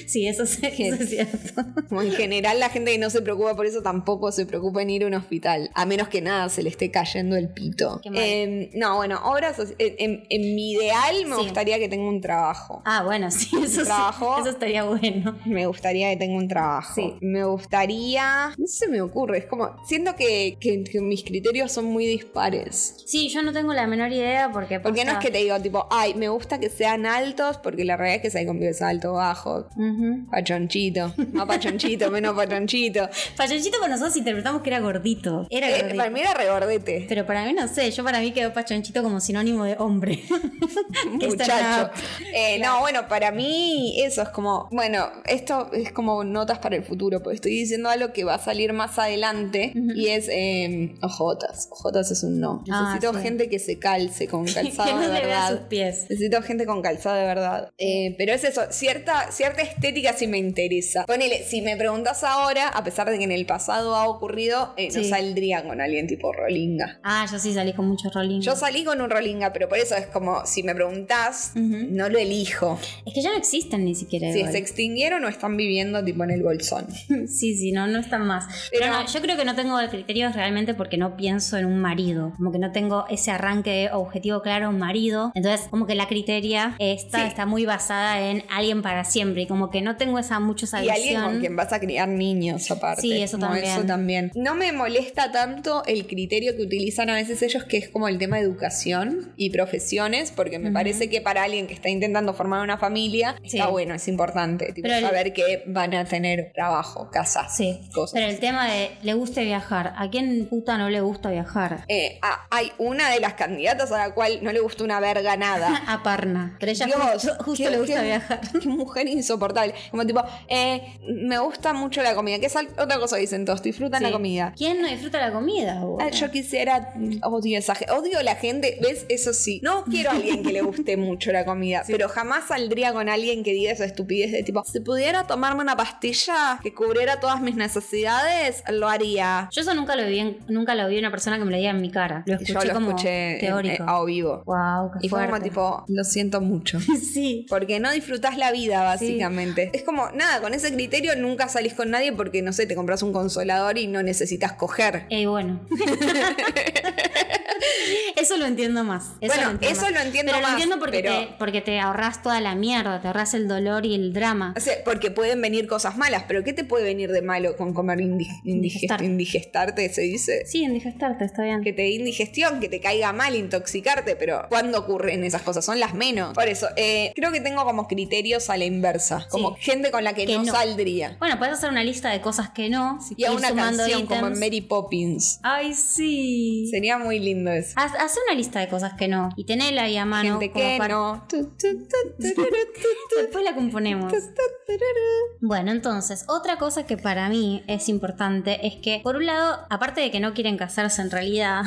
C: Sí, eso, es- eso es cierto.
B: Como en general la gente que no se preocupa por eso tampoco se preocupa en ir a un hospital, a menos que nada se le esté cayendo el pito.
C: Qué mal.
B: Eh, no, bueno, obras, soci- en, en- en mi ideal me
C: Sí.
B: gustaría que tenga un trabajo.
C: Ah, bueno, sí, eso, sí,
B: Trabajo.
C: eso estaría bueno.
B: Me gustaría que tenga un trabajo.
C: Sí.
B: Me gustaría... No se me ocurre, es como... Siento que, que- que mis criterios son muy dispares.
C: Sí, yo no tengo la menor idea porque...
B: Porque no es
C: posta-
B: que te digo, tipo, ay, me gusta que sean altos, porque la realidad es que se convive es alto, bajo,
C: Ujú.
B: pachonchito, más pachonchito, menos pachonchito.
C: Pachonchito, pues nosotros interpretamos que era gordito. Era
B: Eh,
C: gordito.
B: para mí era regordete.
C: Pero para mí no sé, yo para mí quedó pachonchito como sinónimo de hombre. Que está
B: Muchacho.
C: nada-
B: Eh, No, bueno, para mí eso es como, bueno, esto es como notas para el futuro, porque estoy diciendo algo que va a salir más adelante y es eh, ojotas. Ojotas es un no.
C: Ah,
B: Necesito
C: sí.
B: gente que se calce con calzado
C: que no
B: de
C: le vea
B: verdad.
C: sus pies.
B: Necesito gente con calzado de verdad. Eh, pero es eso, cierta, cierta estética sí me interesa. Ponele, si me preguntas ahora, a pesar de que en el pasado ha ocurrido, eh, no
C: Sí.
B: saldría con alguien tipo Rolinga.
C: Ah, yo sí salí con mucho rolling.
B: Yo salí con un Rolinga, pero por eso es como, si me preguntás,
C: Ujú. Eh,
B: no lo elijo.
C: Es que ya no existen ni siquiera.
B: Si
C: igual.
B: se extinguieron o están viviendo tipo en el bolsón.
C: Sí, sí, no, no están más. Pero,
B: Pero-
C: no, yo creo que no tengo criterios realmente porque no pienso en un marido. Como que no tengo ese arranque de objetivo claro, un marido. Entonces, como que la criteria esta
B: Sí.
C: está muy basada en alguien para siempre. Y como que no tengo esa mucho esa
B: Y alguien
C: visión.
B: con quien vas a criar niños aparte.
C: Sí, eso
B: Como
C: también.
B: eso también. No me molesta tanto el criterio que utilizan a veces ellos, que es como el tema de educación y profesiones, porque me parece que para alguien que está intentando formar una familia,
C: Sí.
B: está bueno, es importante. tipo,
C: Pero el-
B: saber que van a tener trabajo, casa,
C: Sí.
B: cosas.
C: Pero el tema de le gusta viajar. ¿A quién puta no le gusta viajar?
B: Eh, ah, hay una de las candidatas a la cual no le gustó una verga nada.
C: A Parna. Pero ella
B: Dios,
C: justo, justo
B: qué-
C: le gusta
B: qué-
C: viajar.
B: Qué mujer insoportable. Como tipo, eh, me gusta mucho la comida. Que es al- otra cosa que dicen todos, disfrutan
C: Sí.
B: la comida.
C: ¿Quién no disfruta la comida? boludo?
B: Ah, yo quisiera, odio esa gente, odio a la gente, ¿ves? Eso sí, no quiero a alguien que le guste mucho la comida, pero jamás saldría con alguien que diga esa estupidez de tipo, si pudiera tomarme una pastilla que cubriera todas mis necesidades, lo haría.
C: Yo eso nunca lo vi, en- nunca lo vi en una persona que me lo diga en mi cara. Lo escuché
B: Yo lo
C: como
B: escuché en-
C: teórico.
B: eh, a o vivo.
C: Wow, qué
B: Y fue
C: fuerte.
B: como tipo, lo siento mucho.
C: sí.
B: Porque no disfrutás la vida,
C: Sí.
B: básicamente. Es como, nada, con ese criterio nunca salís con nadie porque, no sé, te compras un consolador y no necesitas coger.
C: Y bueno. eso lo entiendo más. Eso
B: Bueno,
C: lo entiendo
B: eso
C: más.
B: lo entiendo
C: pero
B: más,
C: Lo entiendo porque,
B: pero-
C: te, porque te ahorras toda la mierda, te ahorras el dolor y el drama.
B: O sea, porque pueden venir cosas malas, pero ¿qué te puede venir de malo con comer indi- indigest-
C: Indigestarte.
B: indigestarte? Se dice.
C: Sí, en digestarte, está bien.
B: Que te dé indigestión, que te caiga mal, intoxicarte, pero ¿cuándo ocurren esas cosas? Son las menos. Por eso, eh, creo que tengo como criterios a la inversa. Como gente con la que,
C: Que
B: no,
C: no.
B: saldría.
C: Bueno, puedes hacer una lista de cosas que no.
B: Y a
C: ir
B: una
C: sumando
B: canción como
C: ítems.
B: en Mary Poppins.
C: Ay, sí.
B: Sería muy lindo haciendo eso.
C: Haz, haz una lista de cosas que no y tenela ahí a Ah, mano.
B: Gente
C: como
B: que
C: para-
B: no. Tu, tu, tu, tururú, tu,
C: Después la componemos.
B: tu, tu, tu, tururú.
C: Bueno, entonces, otra cosa que para mí es importante es que, por un lado, aparte de que no quieren casarse en realidad,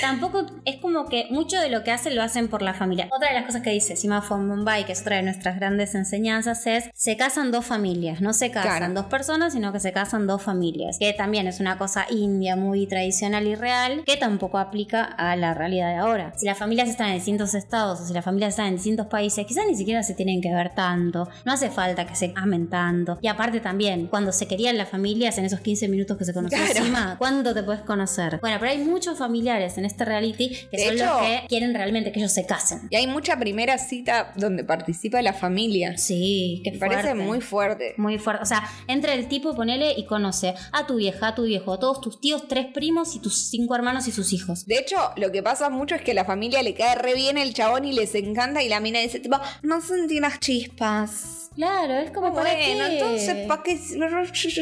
C: tampoco es como que mucho de lo que hacen lo hacen por la familia. Otra de las cosas que dice Sima von Bombay, que es otra de nuestras grandes enseñanzas, es se casan dos familias, no se casan
B: Claro.
C: dos personas, sino que se casan dos familias, que también es una cosa india muy tradicional y real, que tampoco aplica a la realidad de ahora. Si las familias están en distintos estados o si las familias están en distintos países, quizás ni siquiera se tienen que ver tanto, no hace falta que se amen tanto. Y aparte también, cuando se querían las familias en esos 15 minutos que se conocían,
B: Claro.
C: encima, ¿cuánto te puedes conocer? Bueno, pero hay muchos familiares en este reality que
B: De
C: son
B: hecho-
C: los que quieren realmente que ellos se casen.
B: Y hay mucha primera cita donde participa la familia.
C: Sí, que
B: Me parece muy fuerte.
C: Muy fuerte. O sea, entra el tipo, ponele y conoce a tu vieja, a tu viejo, a todos tus tíos, tres primos y tus cinco hermanos y sus hijos.
B: De hecho, lo que pasa mucho es que a la familia le cae re bien el chabón y les encanta y la mina dice tipo, no sentí unas chispas.
C: Claro, es como para
B: Bueno,
C: qué?
B: entonces, ¿para qué,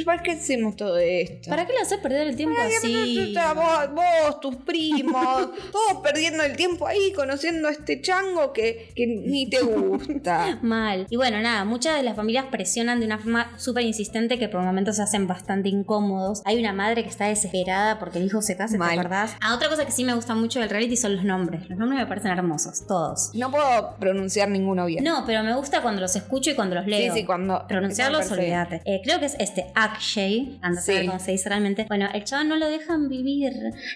B: ¿para qué hacemos todo esto?
C: ¿Para qué le haces perder el tiempo así?
B: Vos, vos, tus primos, todos perdiendo el tiempo ahí conociendo a este chango que, que ni te gusta.
C: Mal. Y bueno, nada, muchas de las familias presionan de una forma súper insistente que por momentos se hacen bastante incómodos. Hay una madre que está desesperada porque el hijo se casa, ¿te
B: Mal.
C: acordás? Ah, otra cosa que sí me gusta mucho del reality son los nombres. Los nombres me parecen hermosos, todos.
B: No puedo pronunciar ninguno bien.
C: No, pero me gusta cuando los escucho y cuando los
B: sí,
C: leo.
B: sí, cuando...
C: Pronunciarlos,
B: me parece bien.
C: olvídate. Eh, creo que es este Akshay, anda a saber
B: Sí.
C: cómo se dice realmente. Bueno, el chaval no lo dejan vivir.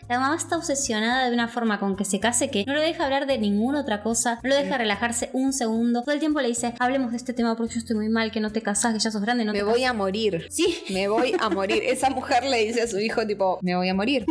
C: La mamá está obsesionada de una forma con que se case que no lo deja hablar de ninguna otra cosa, no lo deja relajarse un segundo. Todo el tiempo le dice, hablemos de este tema porque yo estoy muy mal, que no te casás, que ya sos grande, no
B: Me
C: te
B: voy a morir.
C: casás". Sí,
B: Me voy a morir. Esa mujer le dice a su hijo, tipo, me voy a morir.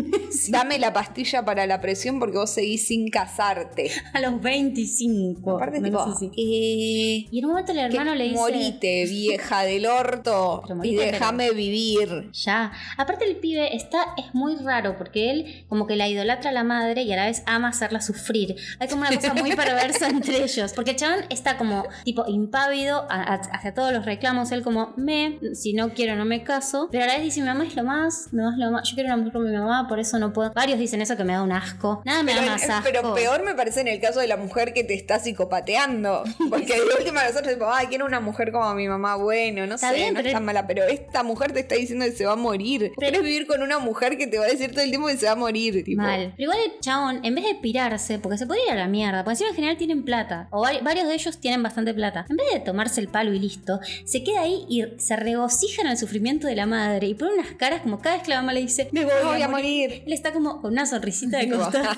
B: Dame la pastilla para la presión porque vos seguís sin casarte.
C: a los 25.
B: Aparte,
C: Una
B: tipo,
C: cosa así.
B: eh,
C: Y en un momento el hermano
B: que
C: le dice...
B: morite, vieja del orto,
C: Pero
B: y
C: morite, pero-
B: déjame vivir.
C: Ya. Aparte el pibe está, es muy raro porque él como que la idolatra a la madre y a la vez ama hacerla sufrir. Hay como una cosa muy perversa entre ellos. Porque el chabón está como tipo impávido a- a- hacia todos los reclamos. Él como, me, si no quiero no me caso. Pero a la vez dice, mi mamá es lo más, mi mamá es lo más. Yo quiero una mujer con mi mamá, por eso no puedo. Varios dicen eso que me da un asco. Nada me da
B: Pero,
C: más asco.
B: pero peor me parece en el caso de la mujer que te está psicopateando. Porque de última nosotros tipo, ay, quiero una mujer como mi mamá, bueno, no
C: Está
B: sé,
C: bien,
B: no
C: pero-
B: es tan mala, pero esta mujer te está diciendo que se va a morir. ¿Vos querés vivir con una mujer que te va a decir todo el tiempo que se va a morir. Tipo,
C: Mal. Pero igual el chabón, en vez de pirarse, porque se puede ir a la mierda, porque encima en general tienen plata, o vari- varios de ellos tienen bastante plata, en vez de tomarse el palo y listo, se queda ahí y se regocija en el sufrimiento de la madre y pone unas caras como cada vez que la mamá le dice, me voy,
B: "Me voy a morir.
C: Él está como con una sonrisita de
B: Tipo,
C: costado,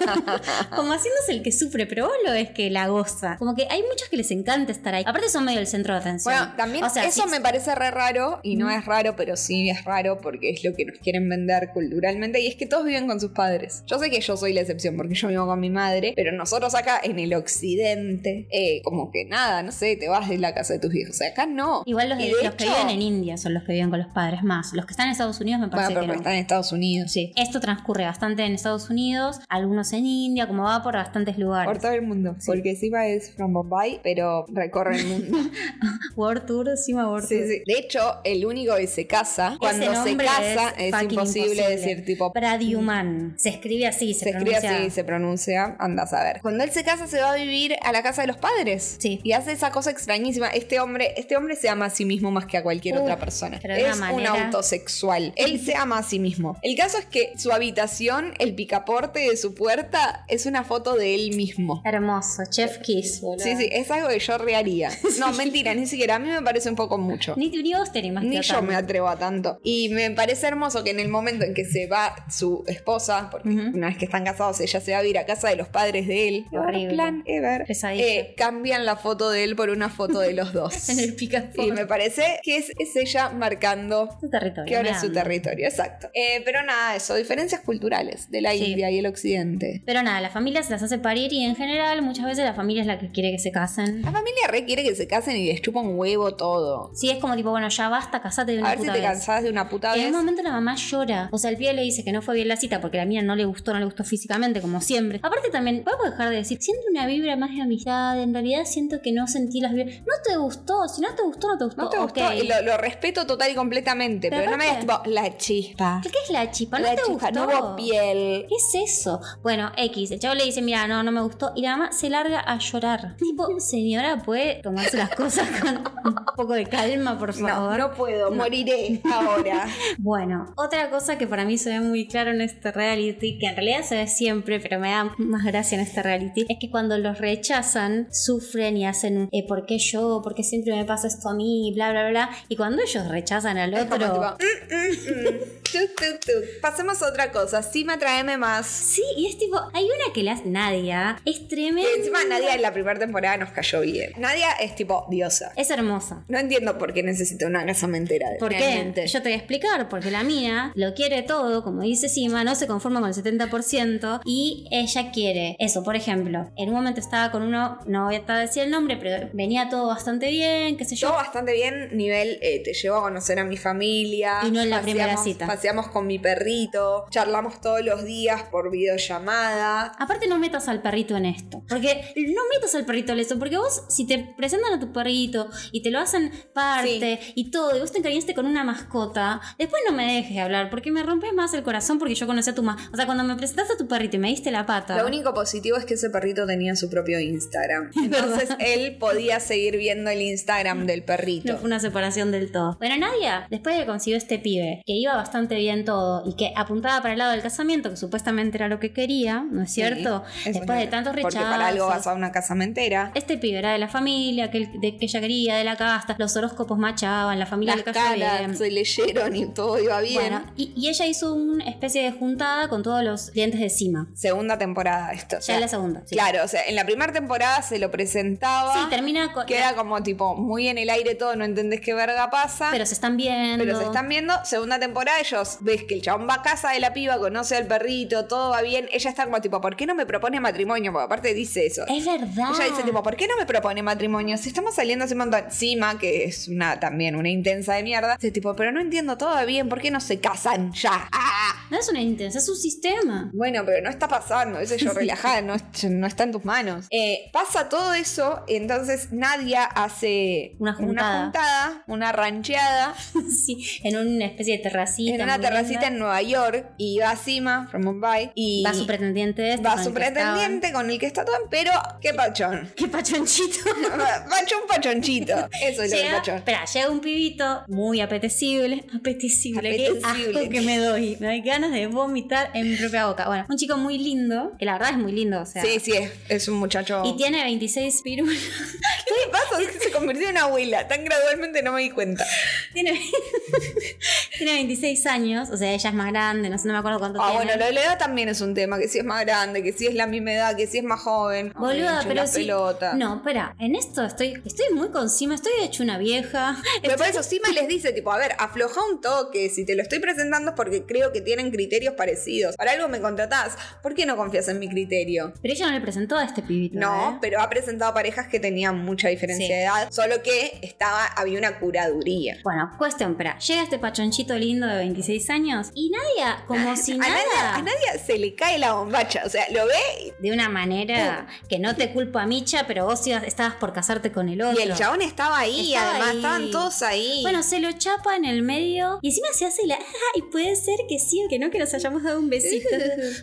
C: como haciéndose el que sufre, pero vos lo ves que la goza. Como que hay muchos que les encanta estar ahí. Aparte son medio el centro de atención.
B: Bueno, también
C: O sea,
B: eso
C: sí-
B: me parece re raro, y no es raro, pero sí es raro porque es lo que nos quieren vender culturalmente, y es que todos viven con sus padres. Yo sé que yo soy la excepción porque yo vivo con mi madre, pero nosotros acá en el occidente, eh, como que nada, no sé, te vas de la casa de tus hijos. O sea, acá no.
C: Igual los,
B: Y
C: de- los que viven en India son los que viven con los padres más. Los que están en Estados Unidos me
B: Bueno,
C: parece
B: pero
C: que no.
B: están en Estados Unidos.
C: Sí. Esto transcurre bastante en Estados Unidos, algunos en India, como va por bastantes
B: Por
C: lugares.
B: todo el mundo. Porque encima es from Bombay, pero recorre el mundo.
C: World Tour, encima World
B: Sí,
C: Tour.
B: sí. De hecho, el único que se casa, cuando se
C: nombre
B: casa, es,
C: fucking
B: imposible, decir tipo mm.
C: Pradyuman. Se escribe así, se,
B: Se escribe
C: pronuncia.
B: así, se pronuncia, andas a ver. Cuando él se casa, se va a vivir a la casa de los padres.
C: Sí.
B: Y hace esa cosa extrañísima. Este hombre, este hombre se ama a sí mismo más que a cualquier
C: Uh,
B: otra persona.
C: pero de
B: es
C: una
B: un
C: manera-
B: autosexual. Él se ama a sí mismo. El caso es que su habitación, el picaporte de su puerta, es una foto de él mismo.
C: Hermoso, Chef Kiss, boludo.
B: Sí, sí, es algo que yo rearía. No, mentira, ni siquiera. A mí me parece un poco mucho.
C: Ni, ni vos te animaste
B: Ni
C: a
B: yo
C: tanto.
B: me atrevo a tanto. Y me parece hermoso que en el momento en que se va su esposa, porque
C: Ujú.
B: una vez que están casados, ella se va a ir a casa de los padres de él.
C: Qué horrible.
B: plan ever.
C: Pesadilla.
B: Eh, cambian la foto de él por una foto de los dos.
C: En el picaporte.
B: y me parece que es, es ella marcando
C: Su territorio.
B: que ahora es
C: nada
B: su
C: más.
B: territorio. Exacto. Eh, pero nada, eso, diferencias culturales de la
C: Sí.
B: India y el occidente.
C: Pero nada, las familias las hace parir y en general muchas veces la familia es la que quiere que se casen.
B: La familia requiere que se casen y les chupa un huevo todo.
C: Sí, es como tipo, bueno, ya basta, casate de
B: A
C: una
B: ver si
C: puta
B: te
C: vez.
B: cansás de una puta
C: En
B: vez.
C: un momento la mamá llora. O sea, el pibe le dice que no fue bien la cita porque la mina no le gustó, no le gustó físicamente, como siempre. Aparte también, podemos dejar de decir, siento una vibra más de amistad, en realidad siento que no sentí las vibras. No te gustó, si no te gustó, no te gustó.
B: No te
C: ok.
B: gustó, y lo, lo respeto total y completamente,
C: Pero
B: pero, no me digas tipo
C: aparte-
B: la chispa.
C: ¿Qué es la chipa? ¿No
B: la
C: te
B: chispa,
C: gustó?
B: no hubo piel.
C: ¿Qué es eso? Bueno, X, el chavo le dice, mira, no, no me gustó. Y la mamá se larga a llorar. Tipo, señora, ¿puede tomarse las cosas con un poco de calma, por
B: No,
C: favor?
B: no puedo, moriré ahora.
C: Bueno, otra cosa que para mí se ve muy claro en este reality, que en realidad se ve siempre, pero me da más gracia en este reality, es que cuando los rechazan, sufren y hacen un, eh, ¿por qué yo? ¿Por qué siempre me pasa esto a mí? Bla, bla, bla. Y cuando ellos rechazan al
B: Es como
C: otro...
B: tipo, mm, mm, mm, tuc, tuc, tuc. Pasemos a otra cosa, sí me atraeme más.
C: Sí, y es tipo, hay una que la hace Nadia, es tremenda.
B: Y encima Nadia en la primera temporada nos cayó bien. Nadia es tipo diosa.
C: Es hermosa.
B: No entiendo por qué necesita una casa mentera.
C: ¿Por
B: realmente.
C: qué? Yo te voy a explicar, porque la mina lo quiere todo, como dice Sima, no se conforma con el 70% y ella quiere eso, por ejemplo, en un momento estaba con uno, no voy a decir el nombre, pero venía todo bastante bien, qué sé
B: Yo
C: yo.
B: bastante bien, nivel, eh, te llevo a conocer a mi familia.
C: Y no en la primera
B: paseamos-
C: cita.
B: Paseamos con mi perrito, charlamos todos los días por videollamada.
C: Aparte no metas al perrito en esto, porque no metas al perrito en esto, porque vos si te presentan a tu perrito y te lo hacen parte y todo, y vos te encariñaste con una mascota, después no me dejes hablar, porque me rompes más el corazón porque yo conocí a tu mascota. O sea, cuando me presentaste a tu perrito y me diste la pata.
B: Lo único positivo es que ese perrito tenía su propio Instagram. Entonces él podía seguir viendo el Instagram del perrito.
C: No fue una separación del todo. Bueno, Nadia, después de que consiguió este pibe, que iba bastante bien todo y que apuntaba para el lado del casamiento, que supuestamente era lo que quería, ¿no es cierto?
B: Es
C: después
B: una-
C: de tantos rechazos.
B: Porque para algo vas a una casamentera.
C: Este pibe era de la familia, que, de, que ella quería, de la casta, los horóscopos machaban, la familia
B: Las
C: le cayó bien.
B: caras se leyeron y todo iba bien.
C: Bueno, y, y ella hizo una especie de juntada con todos los clientes de cima.
B: Segunda temporada esto. o
C: Ya
B: sea,
C: es la segunda. sí.
B: Claro, o sea, en la primera temporada se lo presentaba.
C: Sí, termina con.
B: Que era como tipo muy en el aire todo, no entendés qué verga pasa.
C: Pero se están viendo.
B: Pero se están viendo, segunda temporada, ellos ves que el chabón va a casa de la piba, conoce al perrito, todo va bien. Ella está como tipo, ¿por qué no me propone matrimonio? Porque aparte dice eso.
C: Es verdad.
B: Ella dice tipo, ¿por qué no me propone matrimonio? Si estamos saliendo hace un montón. Sima, que es una también una intensa de mierda, dice tipo, pero no entiendo todo bien, ¿por qué no se casan ya? ¡Ah!
C: No es una intensa, es un sistema.
B: Bueno, pero no está pasando, eso yo relajada, no, no está en tus manos. Eh, pasa todo eso, entonces Nadia hace
C: Una juntada.
B: una, juntada, una rancheada
C: sí, en una especie de terracita.
B: en una
C: muy
B: terracita
C: linda.
B: en Nueva York y va a Sima, from Mumbai, y
C: Va su pretendiente este
B: va
C: con
B: su
C: el que estaban.
B: pretendiente con el que está todo, pero qué pachón.
C: Qué pachonchito.
B: pachón, pachonchito. Eso es lo del
C: Llega,
B: pachón.
C: espera, llega un pibito muy apetecible, apetecible, qué
B: Apetecible.
C: asco que me doy. Me doy ganas de vomitar en mi propia boca. Bueno, un chico muy lindo, que la verdad es muy lindo, o sea.
B: Sí, sí, es, es un muchacho.
C: Y tiene 26 pirulas.
B: ¿Qué le pasa? Es que se convirtió en una abuela. Tan gradualmente no me di cuenta.
C: Tiene, tiene 26 años, o sea, ella es más grande, no sé, no me acuerdo cuánto
B: Ah,
C: tiene.
B: bueno, lo de la edad también es un tema. Que si es más grande, que si es la misma edad, que si es más joven. Ay, me
C: Boluda,
B: hincho
C: pero
B: la
C: sí.
B: pelota.
C: No, espera, en esto estoy, estoy muy con Sima, estoy hecho una vieja.
B: Pero por eso Sima les dice, tipo, a ver, afloja un toque. Si te lo estoy presentando es porque creo que tienen criterios parecidos. Para algo me contratás. ¿Por qué no confías en mi criterio?
C: Pero ella no le presentó a este pibito.
B: No,
C: ¿eh?
B: pero ha presentado parejas que tenían mucha diferencia
C: Sí.
B: de edad, solo que estaba, había una curaduría.
C: Bueno, cuestión, espera. Llega este pachonchito lindo de 26 años y Nadia, como si
B: a,
C: nada,
B: nadie, a nadie se le cae la bombacha, o sea, lo ve
C: de una manera
B: Uh.
C: que no te culpo a Micha, pero vos ibas- estabas por casarte con el
B: y
C: otro.
B: el chabón estaba ahí,
C: Estaba
B: además,
C: ahí.
B: estaban todos ahí.
C: Bueno, se lo chapa en el medio y encima se hace la. "Ah, Y puede ser que sí o que no, que nos hayamos dado un besito.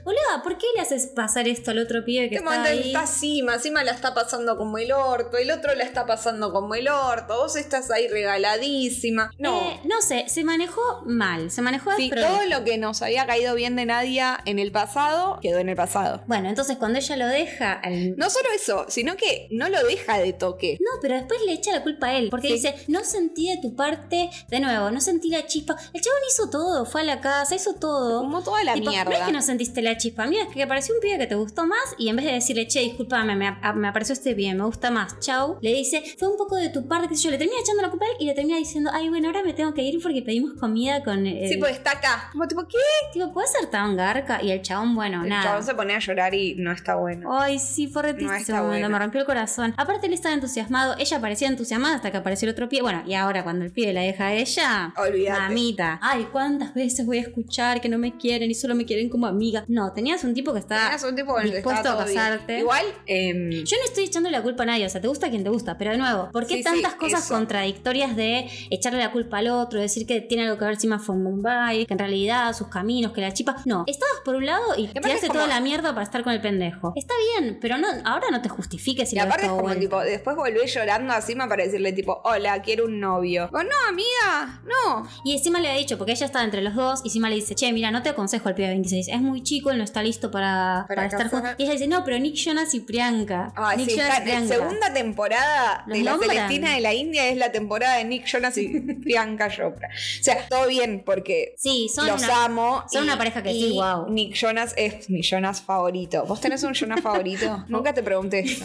C: Boluda, ¿por qué le haces pasar esto al otro pibe que
B: este
C: está
B: momento
C: ahí?
B: está Sima, Sima la está pasando como el orto, el otro la está pasando como el orto, vos estás ahí regaladísima. No.
C: Eh, no sé, se manejó mal, se manejó
B: Sí,
C: desprolijo.
B: todo lo que nos había caído bien de Nadia en el pasado quedó en el pasado.
C: Bueno, entonces cuando ella lo deja al
B: No solo eso, sino que no lo deja de toque.
C: No, pero después le echa la culpa a él, porque
B: Sí.
C: dice, no sentí de tu parte, de nuevo, no sentí la chispa. El chabón hizo todo, fue a la casa, hizo todo.
B: Como toda la
C: Tipo,
B: mierda.
C: No es que no sentiste la chispa, mira, es que apareció un pibe que te gustó más y en vez de decirle, che, discúlpame, me, a- me apareció este pibe, me gusta más, chau, le dice, fue un poco de tu parte, que yo, le termina echando la culpa a él y le termina diciendo, ay, bueno, ahora me tengo que ir porque pedimos comida con. El,
B: Sí, pues está acá. Como tipo, ¿qué?
C: Tipo, ¿puede ser tan garca? Y el chabón, bueno,
B: El
C: nada.
B: chabón se pone a llorar y no está bueno.
C: Ay, sí, fue re
B: No,
C: triste ese
B: está
C: momento,
B: bueno.
C: me rompió el corazón. Aparte, él estaba entusiasmado, ella parecía entusiasmada hasta que apareció el otro pie. Bueno, y ahora cuando el pibe la deja a ella,
B: Olvídate.
C: Oh, mamita. Ay, ¿cuántas veces voy a escuchar que no me quieren y solo me quieren como amiga? No, tenías un tipo que estaba.
B: Tenías un tipo con el que estaba
C: dispuesto a
B: todo bien.
C: casarte.
B: Igual, em,
C: Yo no estoy echando la culpa a nadie, o sea, te gusta quien te gusta, pero de nuevo, ¿por qué
B: Sí, sí,
C: tantas cosas
B: eso.
C: contradictorias de echarle la culpa al otro, decir que tiene algo que ver encima con Mumbai, que en realidad sus caminos, que la chipa? No, estabas por un lado y
B: aparte
C: te hace
B: es como-
C: toda la mierda para estar con el pendejo. Está bien, pero no, ahora no te justifiques si
B: y
C: lo das
B: aparte es
C: todo
B: como
C: vuelta.
B: tipo, después volvés llorando a Sima para decirle tipo, hola, quiero un novio. O no, amiga, no.
C: Y encima le ha dicho, porque ella estaba entre los dos, y encima le dice, che, mira, no te aconsejo al pibe de 26, es muy chico, él no está listo para,
B: Para
C: para estar
B: casar.
C: juntos. Y ella dice, no, pero Nick Jonas y Priyanka.
B: Ah,
C: Nick
B: sí,
C: Jonas
B: está-
C: y
B: la
C: Priyanka.
B: segunda temporada
C: Los
B: de La
C: nombran.
B: Celestina de la India es la temporada de Nick Jonas y Priyanka Chopra. O sea, todo bien porque
C: Sí, son
B: los
C: una-
B: amo.
C: son una pareja que
B: y
C: sí, guau.
B: Nick Jonas es mi Jonas favorito. ¿Vos tenés un Jonas favorito? Nunca te pregunté esto.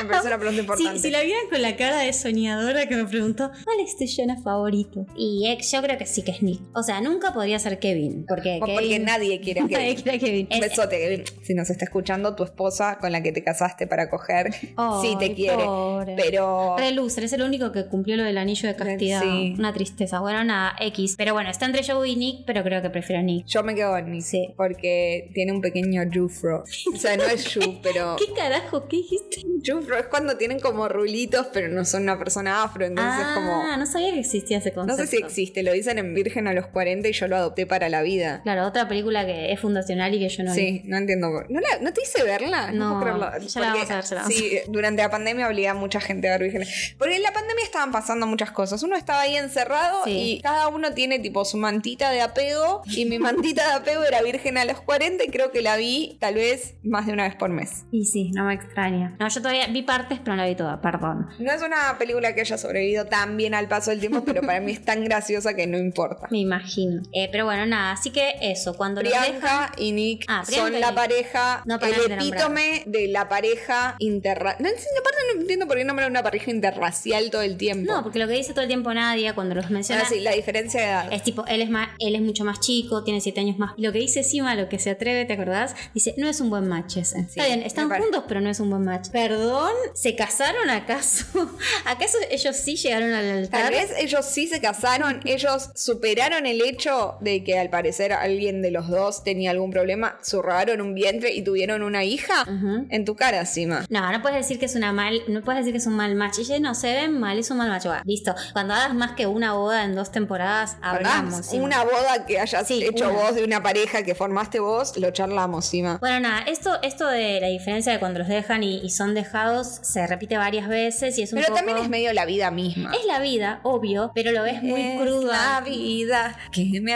B: Me parece una pregunta
C: Sí,
B: importante.
C: si la vieran con la cara de soñadora que me preguntó, ¿cuál es tu Jonas favorito? Y eh, yo creo que sí que es Nick. O sea, nunca podría ser Kevin, porque
B: O Porque
C: Kevin-
B: nadie quiere que.
C: nadie quiere a Kevin.
B: Un
C: Es-
B: Besote, Kevin. Si nos está escuchando, tu esposa con la que te casaste para coger, sí
C: Ay,
B: te quiere.
C: pobre.
B: Pero.
C: Re loser, es el único que cumplió lo del anillo de castidad.
B: Sí.
C: Una tristeza. Bueno, nada, X. Pero bueno, está entre Joe y Nick, pero creo que prefiero a Nick.
B: Yo me quedo con Nick.
C: Sí.
B: Porque tiene un pequeño Jufro. O sea, no es Ju, pero.
C: ¿Qué carajo? ¿Qué dijiste?
B: Jufro es cuando tienen como rulitos, pero no son una persona afro. Entonces
C: ah,
B: es como.
C: no sabía que existía ese
B: No
C: concepto.
B: sé si existe, lo dicen en Virgen a los 40 y yo lo adopté para la vida.
C: Claro, otra película que es fundacional y que yo no vi.
B: Sí, no entiendo. por- ¿No, la- no te hice verla?
C: No,
B: puedo creerlo.
C: ya la
B: Porque,
C: vamos a ver, ya la vamos
B: Sí, durante la pandemia obligaba a mucha gente a ver Virgen. Porque en la pandemia estaban pasando muchas cosas. Uno estaba ahí encerrado
C: Sí.
B: y cada uno tiene tipo su mantita de apego. Y mi mantita de apego era Virgen a los 40 y creo que la vi tal vez más de una vez por mes.
C: Y sí, no me extraña. No, yo todavía vi partes, pero no la vi toda, perdón.
B: No es una película que haya sobrevivido tan bien al paso del tiempo, pero para mí es tan graciosa que no importa.
C: Me imagino. Eh, pero bueno, nada, así que eso, cuando los deja.
B: Priyanka y Nick
C: Ah, Priyanka
B: son
C: y
B: la
C: Nick.
B: pareja,
C: No paran
B: el
C: de
B: epítome de la pareja interracial. No, entiendo- aparte no entiendo por qué nombran una pareja interracial todo el tiempo.
C: No, porque lo que dice todo el tiempo Nadia cuando los menciona
B: Ah, sí, la diferencia de edad.
C: es tipo, él es, más, él es mucho más chico, tiene siete años más. Y lo que dice Sima, lo que se atreve, ¿te acordás? Dice, no es un buen match ese.
B: Sí,
C: Está bien,
B: me
C: están
B: parece.
C: juntos, pero no es un buen match. Perdón, ¿se casaron acaso? ¿Acaso ellos sí llegaron al altar?
B: Tal vez ellos sí se casaron, ellos superaron el hecho de que al parecer alguien de los dos tenía algún problema, zurraron un vientre y tuvieron una hija
C: Ujú.
B: en tu cara, Sima.
C: No, no puedes decir que es una mal, no puedes decir que es un mal match. Ella no se ven mal, es un mal match. Bueno, listo. Cuando hagas más que una boda en dos temporadas, hablamos.
B: Hagamos
C: sí.
B: Una boda que hayas
C: Sí,
B: hecho
C: una.
B: vos de una pareja que formaste vos, lo charlamos, Sima.
C: Bueno, nada, esto, esto de la diferencia de cuando los dejan y, y son dejados se repite varias veces y es un
B: Pero
C: poco-
B: también es medio la vida misma.
C: Es la vida, obvio, pero lo ves muy
B: Es
C: cruda.
B: La vida que me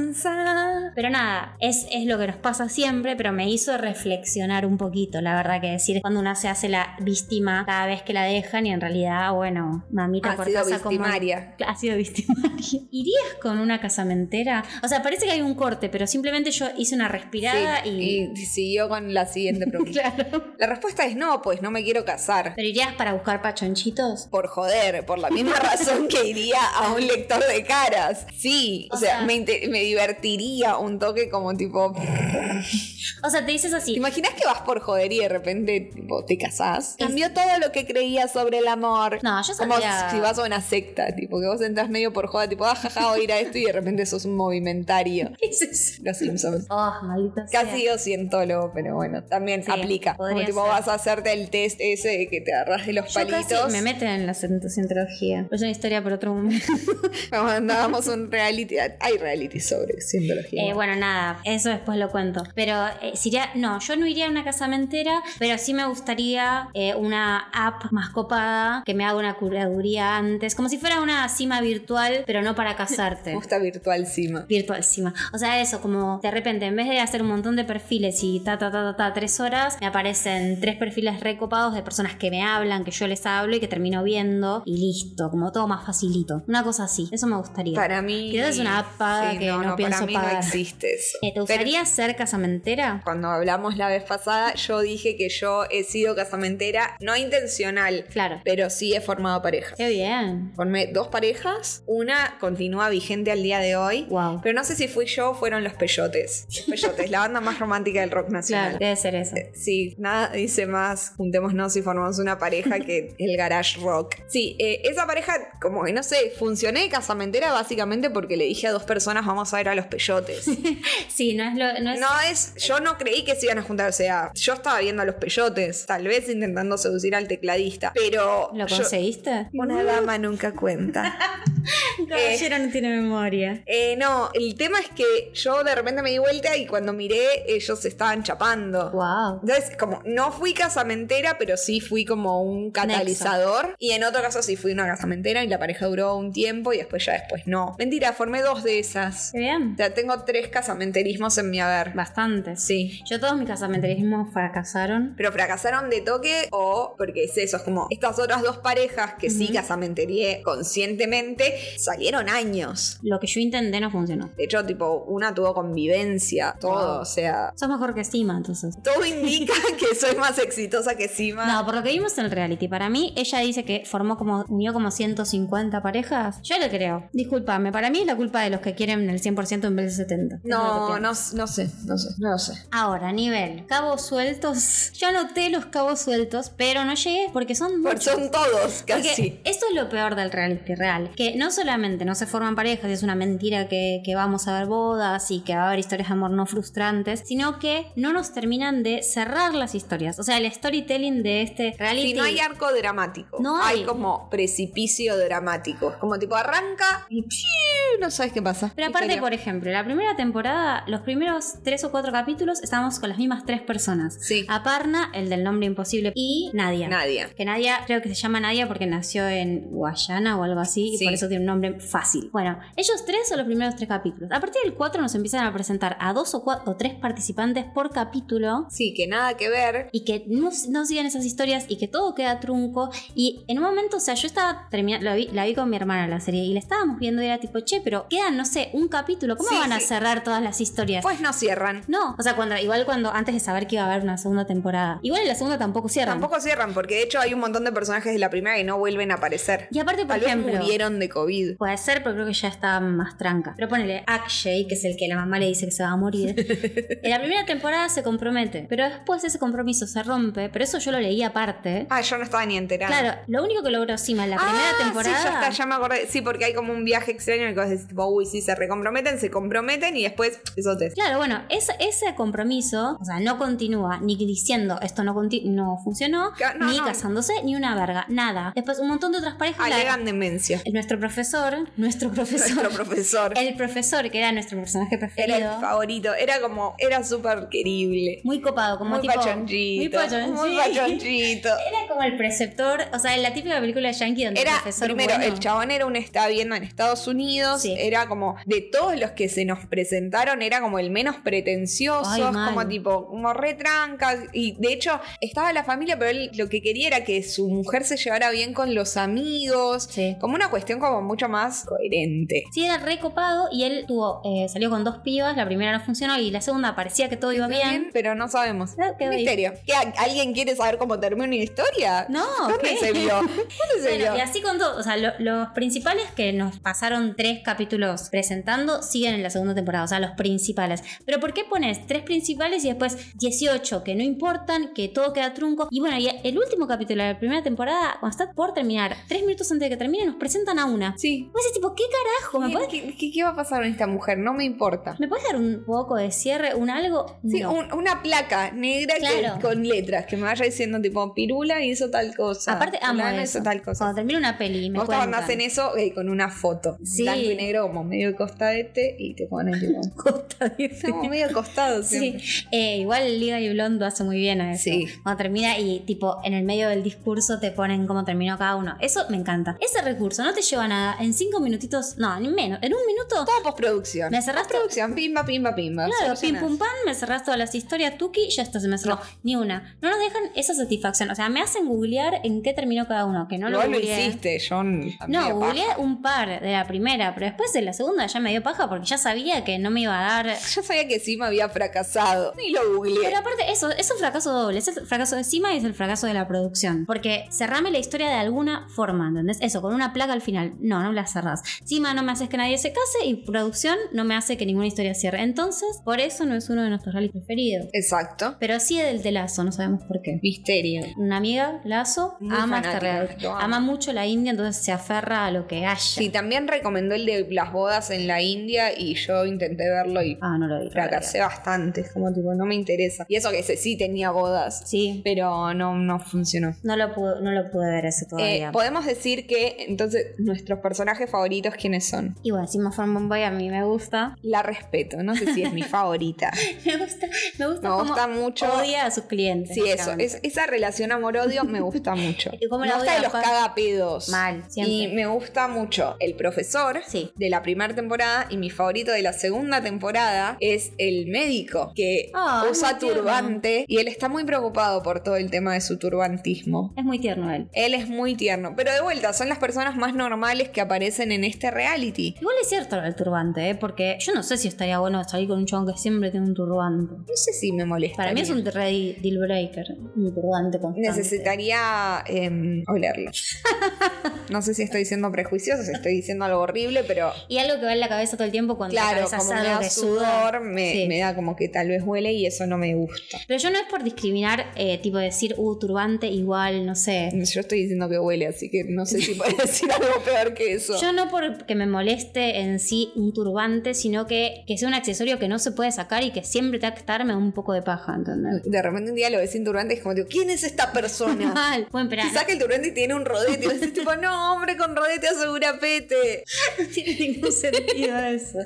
B: alcanza.
C: Pero nada, es, es lo que nos pasa siempre, pero me hizo reflexionar un poquito, la verdad que decir, cuando una se hace la víctima cada vez que la dejan y en realidad, bueno, mamita
B: Ha sido
C: Cortázar como...
B: victimaria.
C: Ha sido victimaria. ¿Irías con una casamentera? O sea, parece que hay un corte, pero simplemente yo hice una respirada
B: Sí,
C: y...
B: y siguió con la siguiente pregunta.
C: Claro.
B: La respuesta es no, pues no me quiero casar.
C: ¿Pero irías para buscar pachonchitos?
B: Por joder, por la misma razón que iría a un lector de caras. Sí, o,
C: O
B: sea,
C: sea-
B: me, inte- me divertiría un toque como tipo...
C: O sea, te dices
B: ¿Te
C: así.
B: imaginas que vas por joder y de repente tipo, te casás? Cambió todo lo que creías sobre el amor.
C: No, yo
B: Como
C: sabría-
B: si vas a una secta, tipo, que vos entras medio por joda, tipo, ah, jaja, voy a ir a esto y de repente sos un movimentario.
C: ¿Qué es eso?
B: Los Simpsons.
C: Oh, maldita sea.
B: Casi o cientólogo, pero bueno, también
C: Sí,
B: aplica. Como
C: podría
B: tipo,
C: ser.
B: vas a hacerte el test ese de que te agarras de los
C: Yo
B: palitos.
C: casi me meten en la cientología. Pero es una historia por otro momento.
B: Mandábamos un reality. Hay reality sobre cientología.
C: Eh, bueno, nada, eso después lo cuento. Pero eh, si iría- no, yo no iría a una casamentera, pero sí me gustaría eh, una app más copada que me haga una curaduría antes, como si fuera una cima virtual, pero no para
B: Me
C: casarte.
B: gusta virtual cima.
C: Virtual cima. O sea, eso, como de repente, en vez de hacer un montón de perfiles y ta, ta, ta, ta, ta, tres horas, me aparecen tres perfiles recopados de personas que me hablan, que yo les hablo y que termino viendo y listo, como todo más facilito. Una cosa así, eso me gustaría.
B: Para mí.
C: Quizás es una app paga que no pienso
B: para mí no
C: pagar.
B: existe eso.
C: Eh, ¿Te
B: Pero-
C: gustaría ser casamentera?
B: Cuando hablamos la vez pasada, yo dije que yo he sido casamentera, no intencional,
C: Claro.
B: pero sí he formado parejas.
C: Qué bien.
B: Formé dos parejas, una continúa vigente al día de hoy.
C: Wow.
B: Pero no sé si fui yo o fueron los Peyotes. Los Peyotes, la banda más romántica del rock
C: Claro,
B: nacional.
C: debe ser eso.
B: Eh, Sí, nada dice más, juntémonos y formamos una pareja que el garage rock. Sí, eh, esa pareja, como que no sé, funcioné de casamentera básicamente porque le dije a dos personas vamos a ir a los peyotes.
C: Sí, no es lo. No es,
B: No es, yo no creí que se iban a juntar, o sea, yo estaba viendo a los peyotes, tal vez intentando seducir al tecladista, pero
C: ¿Lo
B: yo-
C: conseguiste?
B: una dama nunca cuenta. Caballero
C: no tiene memoria.
B: Eh, no, el tema es que yo de repente me di vuelta y cuando miré ellos se estaban chapando.
C: Wow.
B: Entonces, como no fui casamentera, pero sí fui como un catalizador. Y en otro caso sí fui una casamentera y la pareja duró un tiempo y después ya después no. Mentira, formé dos de esas.
C: Qué
B: O
C: bien.
B: sea, tengo tres casamenterismos en mi haber.
C: Bastante.
B: Sí.
C: Yo todos mis casamenterismos fracasaron.
B: Pero fracasaron de toque o porque es eso, es como estas otras dos parejas que sí
C: Ujú.
B: casamenterié conscientemente salieron años.
C: Lo que yo intenté no funcionó.
B: De hecho, tipo, una tuvo convivencia, todo,
C: Wow.
B: o sea,
C: Sos mejor que Sima, entonces.
B: todo indica que soy más exitosa que Sima.
C: No, por lo que vimos en el reality, para mí ella dice que formó como unió como 150 parejas. Yo le creo. Discúlpame, para mí es la culpa de los que quieren el 100% en vez del 70. Es lo que
B: No,
C: pienso.
B: no, no sé, no sé, no lo sé.
C: Ahora, nivel cabos sueltos. Yo anoté los cabos sueltos, pero no llegué porque son
B: Por-
C: muchos.
B: son todos,
C: Porque
B: casi.
C: esto es lo peor del reality real, que no solamente no se forman parejas, es una mentira que, que vamos a ver bodas y que va a haber historias de amor no frustrantes, sino que no nos terminan de cerrar las historias. O sea, el storytelling de este reality...
B: Si no hay arco dramático,
C: No
B: hay.
C: hay.
B: como precipicio dramático. Es como tipo arranca y ¡piu! no sabes qué pasa.
C: Pero
B: Y
C: aparte,
B: sería-
C: por ejemplo, la primera temporada, los primeros tres o cuatro capítulos estábamos con las mismas tres personas.
B: Sí.
C: Aparna, el del nombre imposible, y Nadia.
B: Nadia.
C: Que Nadia, creo que se llama Nadia porque nació en Guayana o algo así, y
B: Sí.
C: por eso tiene un nombre fácil. Bueno, ellos tres son los primeros tres capítulos. A partir del cuatro nos empiezan a presentar a dos o cuatro o tres participantes por capítulo.
B: Sí, que nada que ver.
C: Y que no, no siguen esas historias y que todo queda trunco. Y en un momento, o sea, yo estaba terminando, la vi, la vi con mi hermana la serie y la estábamos viendo y era tipo, che, pero quedan, no sé, un capítulo. ¿Cómo
B: Sí,
C: van a
B: sí.
C: cerrar todas las historias?
B: Pues no cierran.
C: no, o sea, cuando igual cuando antes de saber que iba a haber una segunda temporada. Igual en la segunda tampoco cierran.
B: Tampoco cierran, porque de hecho hay un montón de personajes de la primera que no vuelven a aparecer.
C: Y aparte, por
B: Tal vez
C: ejemplo,
B: murieron de COVID.
C: Puede ser, pero creo que ya está más tranca. Pero ponele Akshay, que es el que la mamá le dice que se va a morir. en la primera temporada se compromete, pero después ese compromiso se rompe. Pero eso yo lo leí aparte.
B: Ah, yo no estaba ni enterada.
C: Claro, lo único que logró Sima en la primera
B: Ah,
C: temporada.
B: Sí, ya está, ya me acordé. Sí, porque hay como un viaje extraño en el que vos decís, tipo, uy, sí, se recomprometen, se comprometen y después eso te.
C: Claro, bueno, esa- ese compromiso, o sea, no continúa ni diciendo esto no, conti- no funcionó,
B: Ca- no,
C: ni
B: no.
C: casándose, ni una verga, nada. Después un montón de otras parejas. la-
B: Alegan demencia.
C: Nuestro profesor, nuestro profesor,
B: Nuestro profesor.
C: el profesor que era nuestro personaje preferido.
B: Era el favorito. Era como, era súper querible.
C: Muy copado, como
B: Muy
C: tipo.
B: pachonchito.
C: Muy pachonchito.
B: Muy pachonchito.
C: Era como el preceptor, o sea, en la típica película yankee donde
B: Era,
C: el profesor.
B: primero,
C: bueno-
B: el chabón era un está viendo en Estados Unidos,
C: Sí.
B: era como, de todos los que se nos presentaron, era como el menos pretencioso,
C: Ay,
B: es
C: mal.
B: como tipo, como retranca, y de hecho, estaba la familia, pero él lo que quería era que su mujer se llevara bien con los amigos,
C: Sí.
B: como una cuestión como mucho más coherente.
C: Sí, era recopado y él tuvo, eh, salió con dos pibas, la primera no funcionó y la segunda parecía que todo iba bien.
B: Pero no sabemos.
C: No, quedó ahí.
B: Misterio. ¿Qué, a- ¿Alguien quiere saber cómo termina una historia?
C: No,
B: ¿Dónde
C: ¿qué?
B: se vio? ¿Dónde se
C: Bueno, y
B: vio?
C: así con todo, o sea, lo- los principales que nos pasaron tres capítulos presentando siguen en la segunda temporada, o sea, los principales. Pero ¿por qué pones tres principales y después 18 que no importan, que todo queda trunco? Y bueno, y el último capítulo de la primera temporada, cuando está por terminar, tres minutos antes de que termine, nos presentan a una.
B: Sí.
C: Vos decís, tipo, ¿qué carajo? ¿Me podés,
B: ¿Qué, qué- qué va a pasar con esta mujer? No me importa.
C: ¿me podés dar un poco de cierre, un algo?
B: Sí,
C: No.
B: un- una placa negra que-
C: Claro.
B: con letras que me vaya diciendo tipo pirula hizo tal cosa.
C: Aparte, amo
B: fulano
C: eso.
B: hizo tal cosa.
C: Cuando termina una peli, me
B: Vos
C: cuentan.
B: cuando hacen eso eh, con una foto.
C: Sí.
B: Blanco y negro como medio costadete y te ponen tipo.
C: Costa, dice.
B: Estamos medio costados.
C: Sí,
B: siempre.
C: eh, igual Liga y Blondo hace muy bien a eso.
B: Sí.
C: Cuando termina y tipo en el medio del discurso te ponen cómo terminó cada uno. Eso me encanta. Ese recurso no te lleva a nada. En cinco minutitos, no, ni menos. En un minuto,
B: Todo postproducción.
C: Me cerraste-
B: Postproducción, pimba, pimba, pimba.
C: claro, pim
B: Solucionás.
C: pum pam, me cerrás todas las historias, tuki, ya está, se me cerró. Ni una. No nos dejan esa satisfacción. O sea, me hacen googlear en qué terminó cada uno, que no lo
B: Igual lo
C: googleé.
B: hiciste, John.
C: No, googleé un par de la primera, pero después de la segunda ya me dio paja porque ya sabía que no me iba a dar
B: Yo sabía que sí me había fracasado. Y lo googleé.
C: Pero aparte, eso es un fracaso doble. Es el fracaso de Cima y es el fracaso de la producción. Porque cerrame la historia de alguna forma, ¿entendés? Eso, con una placa al final. No, no la cerrás. Cima no me haces que nadie se case y producción no me hace que ninguna historia cierre. Entonces, por eso no es uno de nuestros rallies preferidos.
B: Exacto.
C: Pero sí el de Lazo, no sabemos por qué.
B: Misterio.
C: Una amiga, Lazo,
B: Muy
C: ama
B: fanática,
C: este reality.
B: lo ama.
C: Ama. mucho la India, entonces se aferra a lo que haya.
B: Sí, también recomendó el de las bodas en la India y yo intenté verlo y
C: Ah, no lo vi.
B: fracasé bastante. Es como tipo, no me interesa. Y eso que ese sí tenía bodas,
C: Sí,
B: pero no, no funcionó.
C: no lo pude, no lo pude ver ese todavía.
B: Eh, podemos decir que entonces nuestros personajes favoritos, ¿quiénes son?
C: y bueno, Cima Form Bombay a mí me gusta.
B: La respeto, no sé si es mi favorita.
C: Me gusta, me gusta,
B: Me
C: cómo
B: gusta mucho.
C: Odia a sus clientes.
B: Sí, eso.
C: básicamente.
B: es- esa relación amor-odio me gusta mucho.
C: ¿Y cómo
B: me
C: la
B: gusta de
C: odia,
B: los
C: Juan?
B: cagapedos.
C: Mal,
B: Y
C: siempre.
B: me gusta mucho el profesor
C: Sí.
B: de la primera temporada y mi favorito de la segunda temporada es el médico que
C: Ah, es
B: usa
C: muy tierno.
B: turbante y él está muy preocupado por todo el tema de su turbantismo.
C: Es muy tierno él.
B: Él es muy tierno, pero de vuelta, son las personas más normales que aparecen en este reality.
C: Igual es cierto el turbante, ¿eh? porque yo no sé si estaría bueno salir con un chabón que siempre tiene un turbante.
B: No sé si me molesta.
C: Para mí es un re deal breaker, un turbante constante.
B: Necesitaría em, olerlo. No sé si estoy diciendo prejuicioso, si estoy diciendo algo horrible, pero
C: Y algo que va en la cabeza todo el tiempo cuando
B: claro,
C: la cabeza
B: como me da
C: sale de
B: sudor, me,
C: Sí.
B: me da como que tal vez huele y eso no me gusta.
C: Pero yo no es por discriminar, eh, tipo decir, uh, turbante igual, no sé.
B: Yo estoy diciendo que huele, así que no sé si puedo decir algo peor que eso.
C: Yo no porque me moleste en sí un turbante, sino que, que sea un accesorio que no se puede sacar y que siempre te va a estarme un poco de paja, ¿entendés?
B: De repente un día lo ves sin turbante y es como, digo, ¿quién es esta persona?
C: Mal. Bueno, pero
B: Se saca el turbante y tiene un rodete. Y vos decís, tipo, no, hombre, con rodete asegura pete.
C: no tiene ningún sentido eso.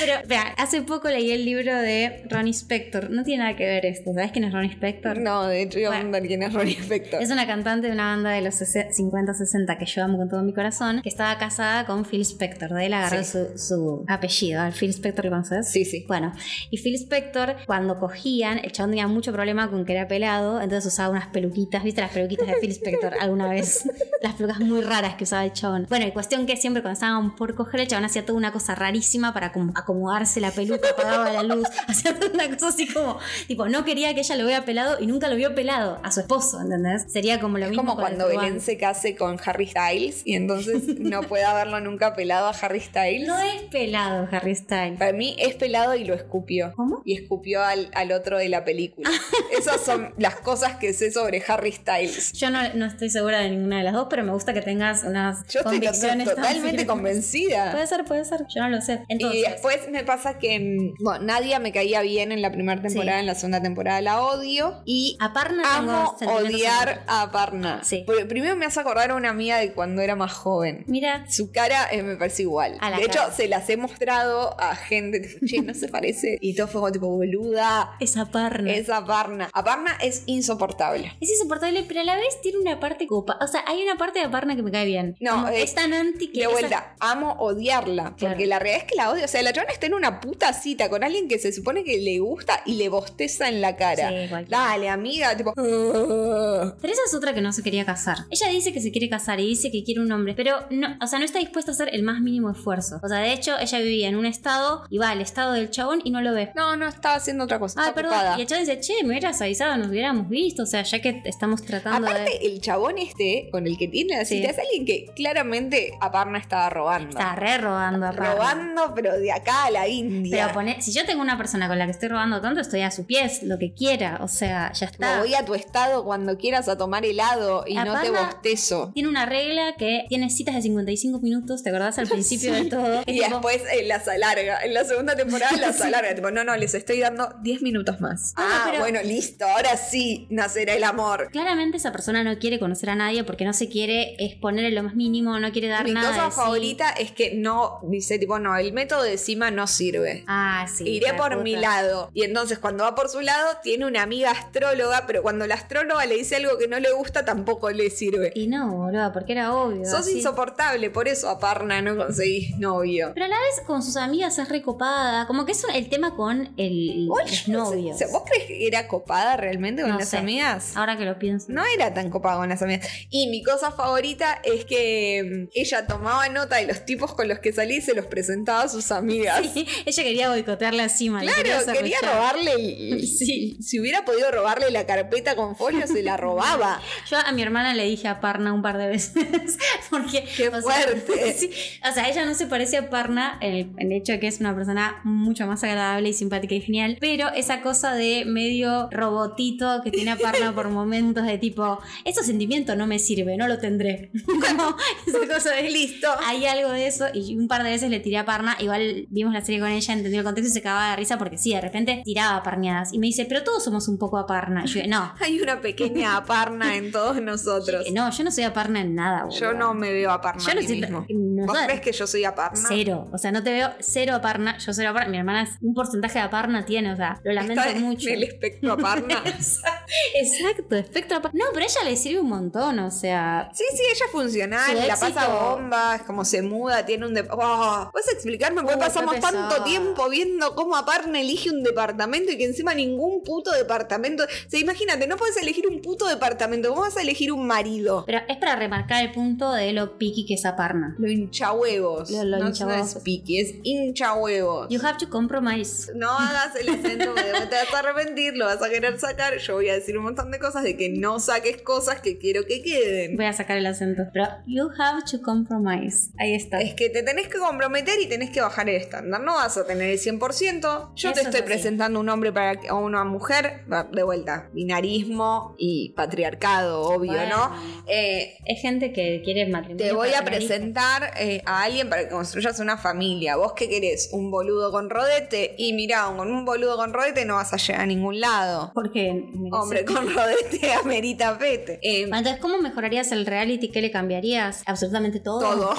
C: Pero, espera, hace poco leí el libro de Ronnie Spector. No tiene nada que ver esto. ¿Sabes quién es Ronnie Spector?
B: No, de hecho, iba a
C: Bueno.
B: preguntar quién es Ronnie Spector.
C: Es una cantante de una banda de los 50-60 que yo amo con todo mi corazón, que estaba casada con Phil Spector. De él agarró
B: Sí.
C: su, su apellido. ¿Al Phil Spector lo conoces?
B: Sí, sí.
C: Bueno, y Phil Spector, cuando cogían, el chabón tenía mucho problema con que era pelado, entonces usaba unas peluquitas, ¿viste las peluquitas de Phil Spector alguna vez? Las pelucas muy raras que usaba el chabón. Bueno, y cuestión que siempre cuando estaban por coger, el chabón hacía toda una cosa rarísima para como acomodarse la peluca, apagaba la luz, hacía toda una cosa así como, tipo, no quería que ella lo vea pelado y nunca lo vio pelado a su esposo, ¿entendés? Sería como lo
B: Es
C: mismo.
B: como
C: con el
B: cuando
C: turbante.
B: Belén se case con Harry Styles y entonces no pueda verlo nunca pelado a Harry Styles.
C: No es pelado Harry Styles.
B: Para mí es pelado y lo escupió.
C: ¿Cómo?
B: Y escupió al, al otro de la película. Esas son las cosas que sé sobre Harry Styles.
C: Yo no, no estoy segura de ninguna de las dos, pero me gusta que tengas unas
B: Yo estoy to-
C: convicciones tan
B: totalmente
C: firmes. Puede
B: convencida.
C: ser, puede ser. Yo no lo sé. Entonces,
B: Y después me pasa que, mm, bueno, Nadia me caía bien en la primera temporada,
C: Sí.
B: en la segunda temporada la odio. Y
C: a Parna tengo
B: amo
C: sentimientos
B: odiar
C: encontrados.
B: a Parna.
C: Sí.
B: Porque Primero me hace acordar a una amiga de cuando era más joven.
C: Mira,
B: Su cara eh, me parece igual.
C: A la
B: de hecho,
C: cara.
B: se las he mostrado a gente, tipo, che, no se parece. Y todo fue como tipo, boluda,
C: esa Parna. Es...
B: esa Parna. A Parna es insoportable.
C: insoportable, pero a la vez tiene una parte copa. O sea, hay una parte de Parna que me cae bien.
B: No,
C: Como
B: eh,
C: es tan anti
B: De
C: que. esa-
B: vuelta, amo odiarla. Porque
C: Claro.
B: la realidad es que la odio. O sea, la chabona está en una puta cita con alguien que se supone que le gusta y le bosteza en la cara.
C: Sí, cualquiera.
B: Dale, amiga, tipo. "Ugh".
C: Teresa es otra que no se quería casar. Ella dice que se quiere casar y dice que quiere un hombre, pero no, o sea, no está dispuesta a hacer el más mínimo esfuerzo. O sea, de hecho, ella vivía en un estado y va al estado del chabón y no lo ve.
B: No, no, estaba haciendo otra cosa.
C: Ah,
B: estaba
C: perdón.
B: ocupada.
C: Y el chabón dice, che, me hubieras avisado, nos hubiéramos visto. O sea, ya que estamos tratando de.
B: Aparte, el chabón este con el que tiene la
C: Sí.
B: cita es alguien que claramente a Parna estaba robando.
C: Está re robando a Parna.
B: robando, pero de acá a la India.
C: Pero pone, si yo tengo una persona con la que estoy robando tanto, estoy a su pies, lo que quiera. O sea, ya
B: Me
C: está.
B: voy a tu estado cuando quieras a tomar helado y
C: La
B: no te
C: pana-
B: bostezo.
C: Tiene una regla que tiene citas de 55 minutos, ¿te acordás al principio de todo? Es
B: Y
C: tipo,
B: después eh, las alarga. En la segunda temporada las alarga. Tipo, no, no, les estoy dando 10 minutos más.
C: Bueno,
B: ah,
C: pero-
B: bueno, listo. Ahora sí nacerá el amor.
C: Claramente esa persona no quiere conocer a nadie porque no se quiere exponer en lo más mínimo, no quiere dar
B: Mi
C: nada.
B: cosa
C: de sí.
B: favorita es que no, dice, tipo, no, el método de cima no sirve.
C: Ah, sí.
B: Iré
C: la
B: por
C: puta.
B: mi lado. Y entonces cuando va por su lado, tiene una amiga astróloga, pero cuando la astróloga le dice algo que no le gusta, tampoco le sirve.
C: Y no, boludo, porque era obvio.
B: Sos
C: así.
B: insoportable, por eso a Parna no conseguís novio.
C: Pero a la vez con sus amigas es recopada. Como que es el tema con el,
B: Igual
C: los
B: yo no sé,
C: novios.
B: o sea, ¿Vos crees que era copada realmente con
C: No
B: las
C: sé.
B: amigas?
C: Ahora que lo pienso.
B: No era tan copada con las amigas. Y mi cosa favorita es que mm, ella tomaba nota de los tipos con los que salí y se los presentaba a sus amigas.
C: Ella quería boicotearla encima. le
B: Claro,
C: hacer
B: quería
C: rechazar.
B: robarle el-
C: Sí.
B: Si hubiera podido robarle la carpeta con folio, se la robaba.
C: Yo a mi hermana le dije a a Parna un par de veces. porque,
B: Qué
C: o sea,
B: fuerte.
C: sí, o sea, ella no se parece a Parna, el, el hecho de que es una persona mucho más agradable y simpática y genial, pero esa cosa de medio robotito que tiene a Parna por momentos de tipo, ese sentimiento no me sirve, no lo tendré. Como esa cosa de
B: Listo.
C: hay algo de eso y un par de veces le tiré a Parna, igual vimos la serie con ella, entendió el contexto y se cagaba de risa porque sí, de repente tiraba parneadas y me dice, pero todos somos un poco a Parna. Y yo, no,
B: Hay una pequeña aparna en todos nosotros.
C: no, yo no soy a Parna en nada. boluda.
B: Yo no me veo aparna
C: Yo
B: a
C: no
B: mí
C: soy-
B: mismo.
C: no
B: ¿Vos
C: soy-
B: crees que yo soy aparna?
C: Cero, o sea, no te veo cero a Parna, yo cero a Parna, mi hermana es- un porcentaje de a Parna tiene, o sea, lo lamento
B: Está en
C: mucho.
B: el espectro aparna.
C: Exacto, espectro a Parna. No, pero a ella le sirve un montón, o sea,
B: Sí, sí, ella es funcional,
C: Su
B: la
C: éxito.
B: pasa bomba, es como se muda, tiene un departamento. ¿Vas a explicarme por qué
C: Uh,
B: pasamos
C: qué
B: tanto
C: pesada.
B: tiempo viendo cómo Aparna elige un departamento y que encima ningún puto departamento. O sea, imagínate, no puedes elegir un puto departamento, ¿cómo vas a elegir un marido?
C: pero es para remarcar el punto de lo piqui que es a Parna.
B: Lo hincha huevos.
C: Lo- lo
B: no,
C: hincha
B: no es
C: huevos.
B: piqui, es hincha huevos.
C: You have to compromise.
B: No hagas el acento porque después te vas a arrepentir, lo vas a querer sacar. Yo voy a decir un montón de cosas de que no saques cosas que quiero que queden.
C: Voy a sacar el acento. Pero you have to compromise. Ahí está.
B: Es que te tenés que comprometer y tenés que bajar el estándar. No vas a tener el 100%. Yo te
C: Eso es
B: estoy
C: así.
B: presentando un hombre para que- o una mujer. Va, De vuelta, binarismo y patriarcado, obvio,
C: Bueno.
B: ¿no? Eh,
C: Es gente que quiere matrimonio.
B: te voy a
C: para tener
B: presentar eh, a alguien para que construyas una familia. ¿Vos qué querés? ¿Un boludo con rodete? Y mirá, con un boludo con rodete no vas a llegar a ningún lado.
C: hijos. Porque. merece-
B: Hombre con rodete amerita pete. Eh,
C: Bueno, Entonces, ¿cómo mejorarías el reality? ¿Qué le cambiarías? Absolutamente todo.
B: todo.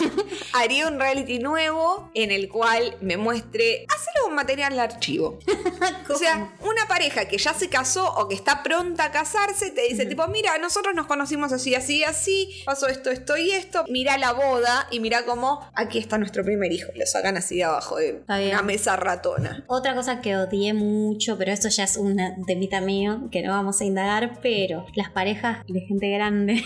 B: Haría un reality nuevo en el cual me muestre. Hacerlo con material de archivo. O sea, una pareja que ya se casó o que está pronta a casarse te dice, tipo, mira, nosotros nos conocimos así, así, así, pasó esto, esto y esto. Mira la boda y mira cómo aquí está nuestro primer hijo. Lo sacan así de abajo de
C: Está bien.
B: una mesa ratona.
C: Otra cosa que odié mucho, pero esto ya es una- un temita mío que no vamos a indagar, pero las parejas de gente grande.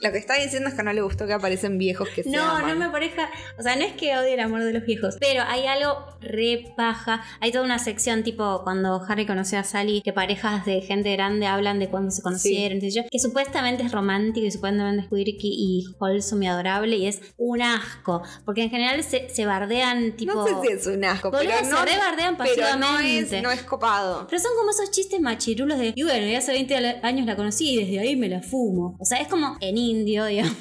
B: Lo que está diciendo es que no le gustó que aparecen viejos que se
C: No,
B: aman.
C: no me pareja. O sea, no es que odie el amor de los viejos, pero hay algo re paja. Hay toda una sección tipo cuando Harry conoció a Sally, que parejas de gente grande hablan de cuando se conocieron, qué sé yo, que supuestamente es romántico y supuestamente es quirky y wholesome y adorable y es un asco. Porque en general se, se bardean tipo.
B: No sé si es un asco,
C: Boludo,
B: pero
C: se
B: no,
C: rebardean
B: pero no, es,
C: pasivamente.
B: no es copado.
C: Pero son como esos chistes machirulos de, y bueno, ya hace 20 al- años la conocí y desde ahí me la fumo. O sea, es como en indio, digamos.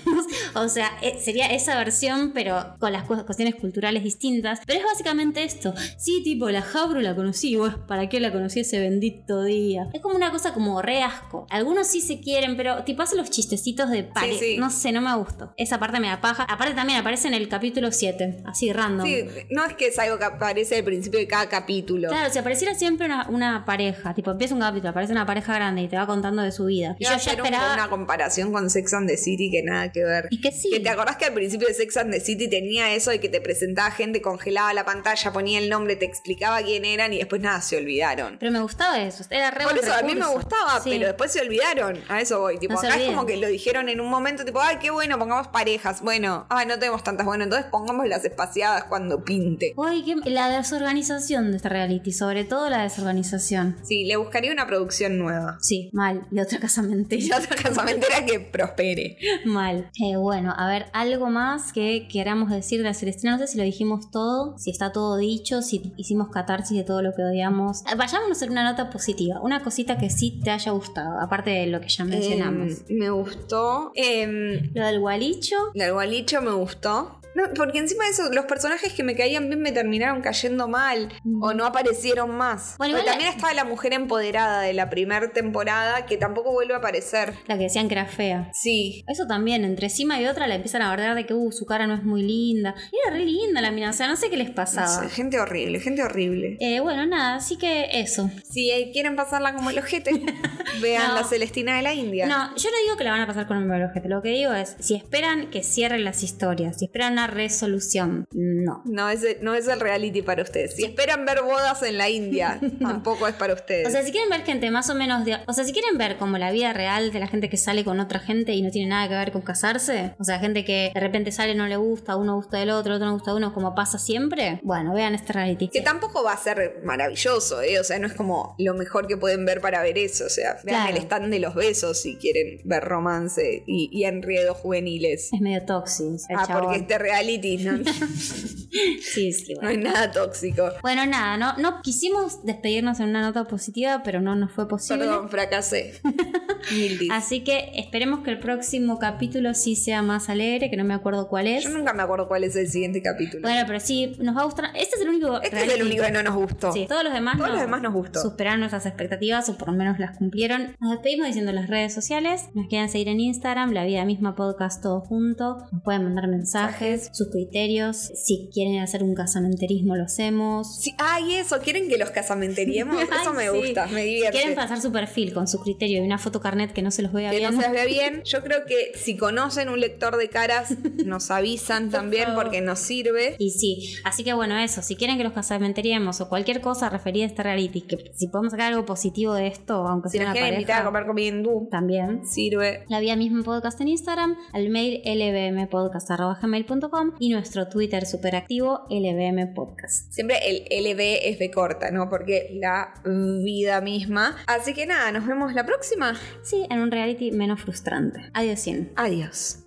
C: O sea, eh, sería esa versión, pero con las cu- cuestiones culturales distintas. Pero es básicamente esto. Sí, tipo, la jabro la conocí, vos, ¿para qué la conocí ese bendito día? Es como una cosa como re asco. Algunos sí se quieren, pero tipo hacen los chistecitos de pare.
B: sí.
C: No sé, no me gustó. Esa parte me da paja. Aparte también aparece en el capítulo 7, así random.
B: Sí, no es que es algo que aparece al principio de cada capítulo.
C: Claro, si apareciera siempre una, una pareja, tipo empieza un capítulo, aparece una pareja grande y te va contando de su vida. Y
B: Iba
C: yo
B: a
C: ya
B: hacer un-
C: esperaba.
B: una comparación con Sex and the City que nada que ver.
C: Es que sí.
B: Que te acordás que al principio de Sex and the City tenía eso de que te presentaba gente congelada a la pantalla, ponía el nombre, te explicaba quién eran y después nada, se olvidaron.
C: Pero me gustaba eso. Era re
B: Por
C: buen
B: eso a mí me
C: recurso.
B: gustaba,
C: Sí.
B: pero después se olvidaron. A eso voy. Tipo,
C: No se
B: acá es
C: olviden.
B: como que lo dijeron en un momento, tipo, ay, qué bueno, pongamos parejas. Bueno, ay, no tenemos tantas. Bueno, entonces pongamos las espaciadas cuando pinte.
C: Uy, qué- la desorganización de este reality, sobre todo la desorganización.
B: Sí, le buscaría una producción nueva.
C: Sí, mal. Y otra casa
B: Y
C: mentira.
B: otra casamentera que prospere.
C: mal. Eh, bueno, a ver, algo más que queramos decir de la Celestina. No sé si lo dijimos todo, si está todo dicho, si hicimos catarsis de todo lo que odiamos. Eh, Vayámonos a hacer una nota positiva. Una cosita que sí te haya gustado, aparte de lo que ya mencionamos.
B: Em, me gustó. Em,
C: Lo del gualicho.
B: Del gualicho me gustó. No, porque encima de eso, los personajes que me caían bien me terminaron cayendo mal
C: Mm.
B: o no aparecieron más.
C: Bueno,
B: Porque
C: igual la-
B: también estaba la mujer empoderada de la primera temporada que tampoco vuelve a aparecer.
C: La que decían que era fea.
B: Sí.
C: Eso también, entre cima y otra la empiezan a bardear de que uh, su cara no es muy linda. Era re linda la mina, o sea, no sé qué les
B: No
C: pasaba.
B: sé, gente horrible, gente horrible.
C: Eh, bueno, nada, así que eso.
B: Si eh, quieren pasarla como el ojete, vean
C: No.
B: la Celestina de la India.
C: No, yo no digo que la van a pasar con un ojete. Lo que digo es, si esperan que cierren las historias, si esperan una resolución. No.
B: No es, el- no es el reality para ustedes. Si esperan ver bodas en la India, tampoco es para ustedes.
C: O sea, si quieren ver gente más o menos de... O sea, si quieren ver como la vida real de la gente que sale con otra gente y no tiene nada que ver con casarse, o sea, gente que de repente sale no le gusta, uno gusta del otro, otro no gusta de uno, como pasa siempre, bueno, vean este reality.
B: que tampoco va a ser maravilloso, ¿eh? O sea, no es como lo mejor que pueden ver para ver eso. O sea, vean
C: Claro.
B: el stand de los besos si quieren ver romance y, y enriedos juveniles.
C: Es medio tóxico. el
B: Ah,
C: chabón.
B: porque este reality no,
C: Sí, sí, bueno.
B: no es nada tóxico.
C: Bueno, nada, no, no quisimos despedirnos en una nota positiva, pero no nos fue posible.
B: Perdón, fracasé. Mildy.
C: Así que esperemos que el próximo capítulo sí sea más alegre, que no me acuerdo cuál es.
B: Yo nunca me acuerdo cuál es el siguiente capítulo.
C: Bueno, pero sí, nos va a gustar. Este es el único.
B: este es
C: reality.
B: el único que no nos gustó.
C: Sí, todos los demás
B: Todos
C: no-
B: los demás nos gustó.
C: superaron nuestras expectativas o por lo menos las cumplieron. Nos despedimos diciendo las redes sociales. Nos quedan seguir en Instagram, la vida misma podcast todo junto. Nos pueden mandar mensajes, sus criterios. Si quieren hacer un casamenterismo, lo hacemos.
B: Sí, ay, eso, ¿quieren que los casamenteriemos? Eso
C: Ay,
B: me
C: sí.
B: gusta, me
C: Si
B: divierte.
C: quieren pasar su perfil con su criterio y una foto carnet que no se los vea
B: que
C: bien.
B: no se las vea bien. Yo creo que si conocen un lector de caras, nos avisan también
C: favor.
B: porque nos sirve.
C: Y sí, así que bueno, eso, si quieren que los casamenteriemos o cualquier cosa referida a este reality, que si podemos sacar algo positivo de esto, aunque
B: Si
C: sea
B: nos
C: una
B: quieren invitar a
C: pareja,
B: comer comida hindú,
C: también.
B: sirve.
C: La Vía Misma Podcast en Instagram, al mail lbmpodcast.com y nuestro Twitter superactivo lbmpodcast.
B: Siempre el LB es de corta, ¿no? Porque la vida misma. Así que nada, nos vemos la próxima.
C: Sí, en un reality menos frustrante. Adiós, 100.
B: Adiós.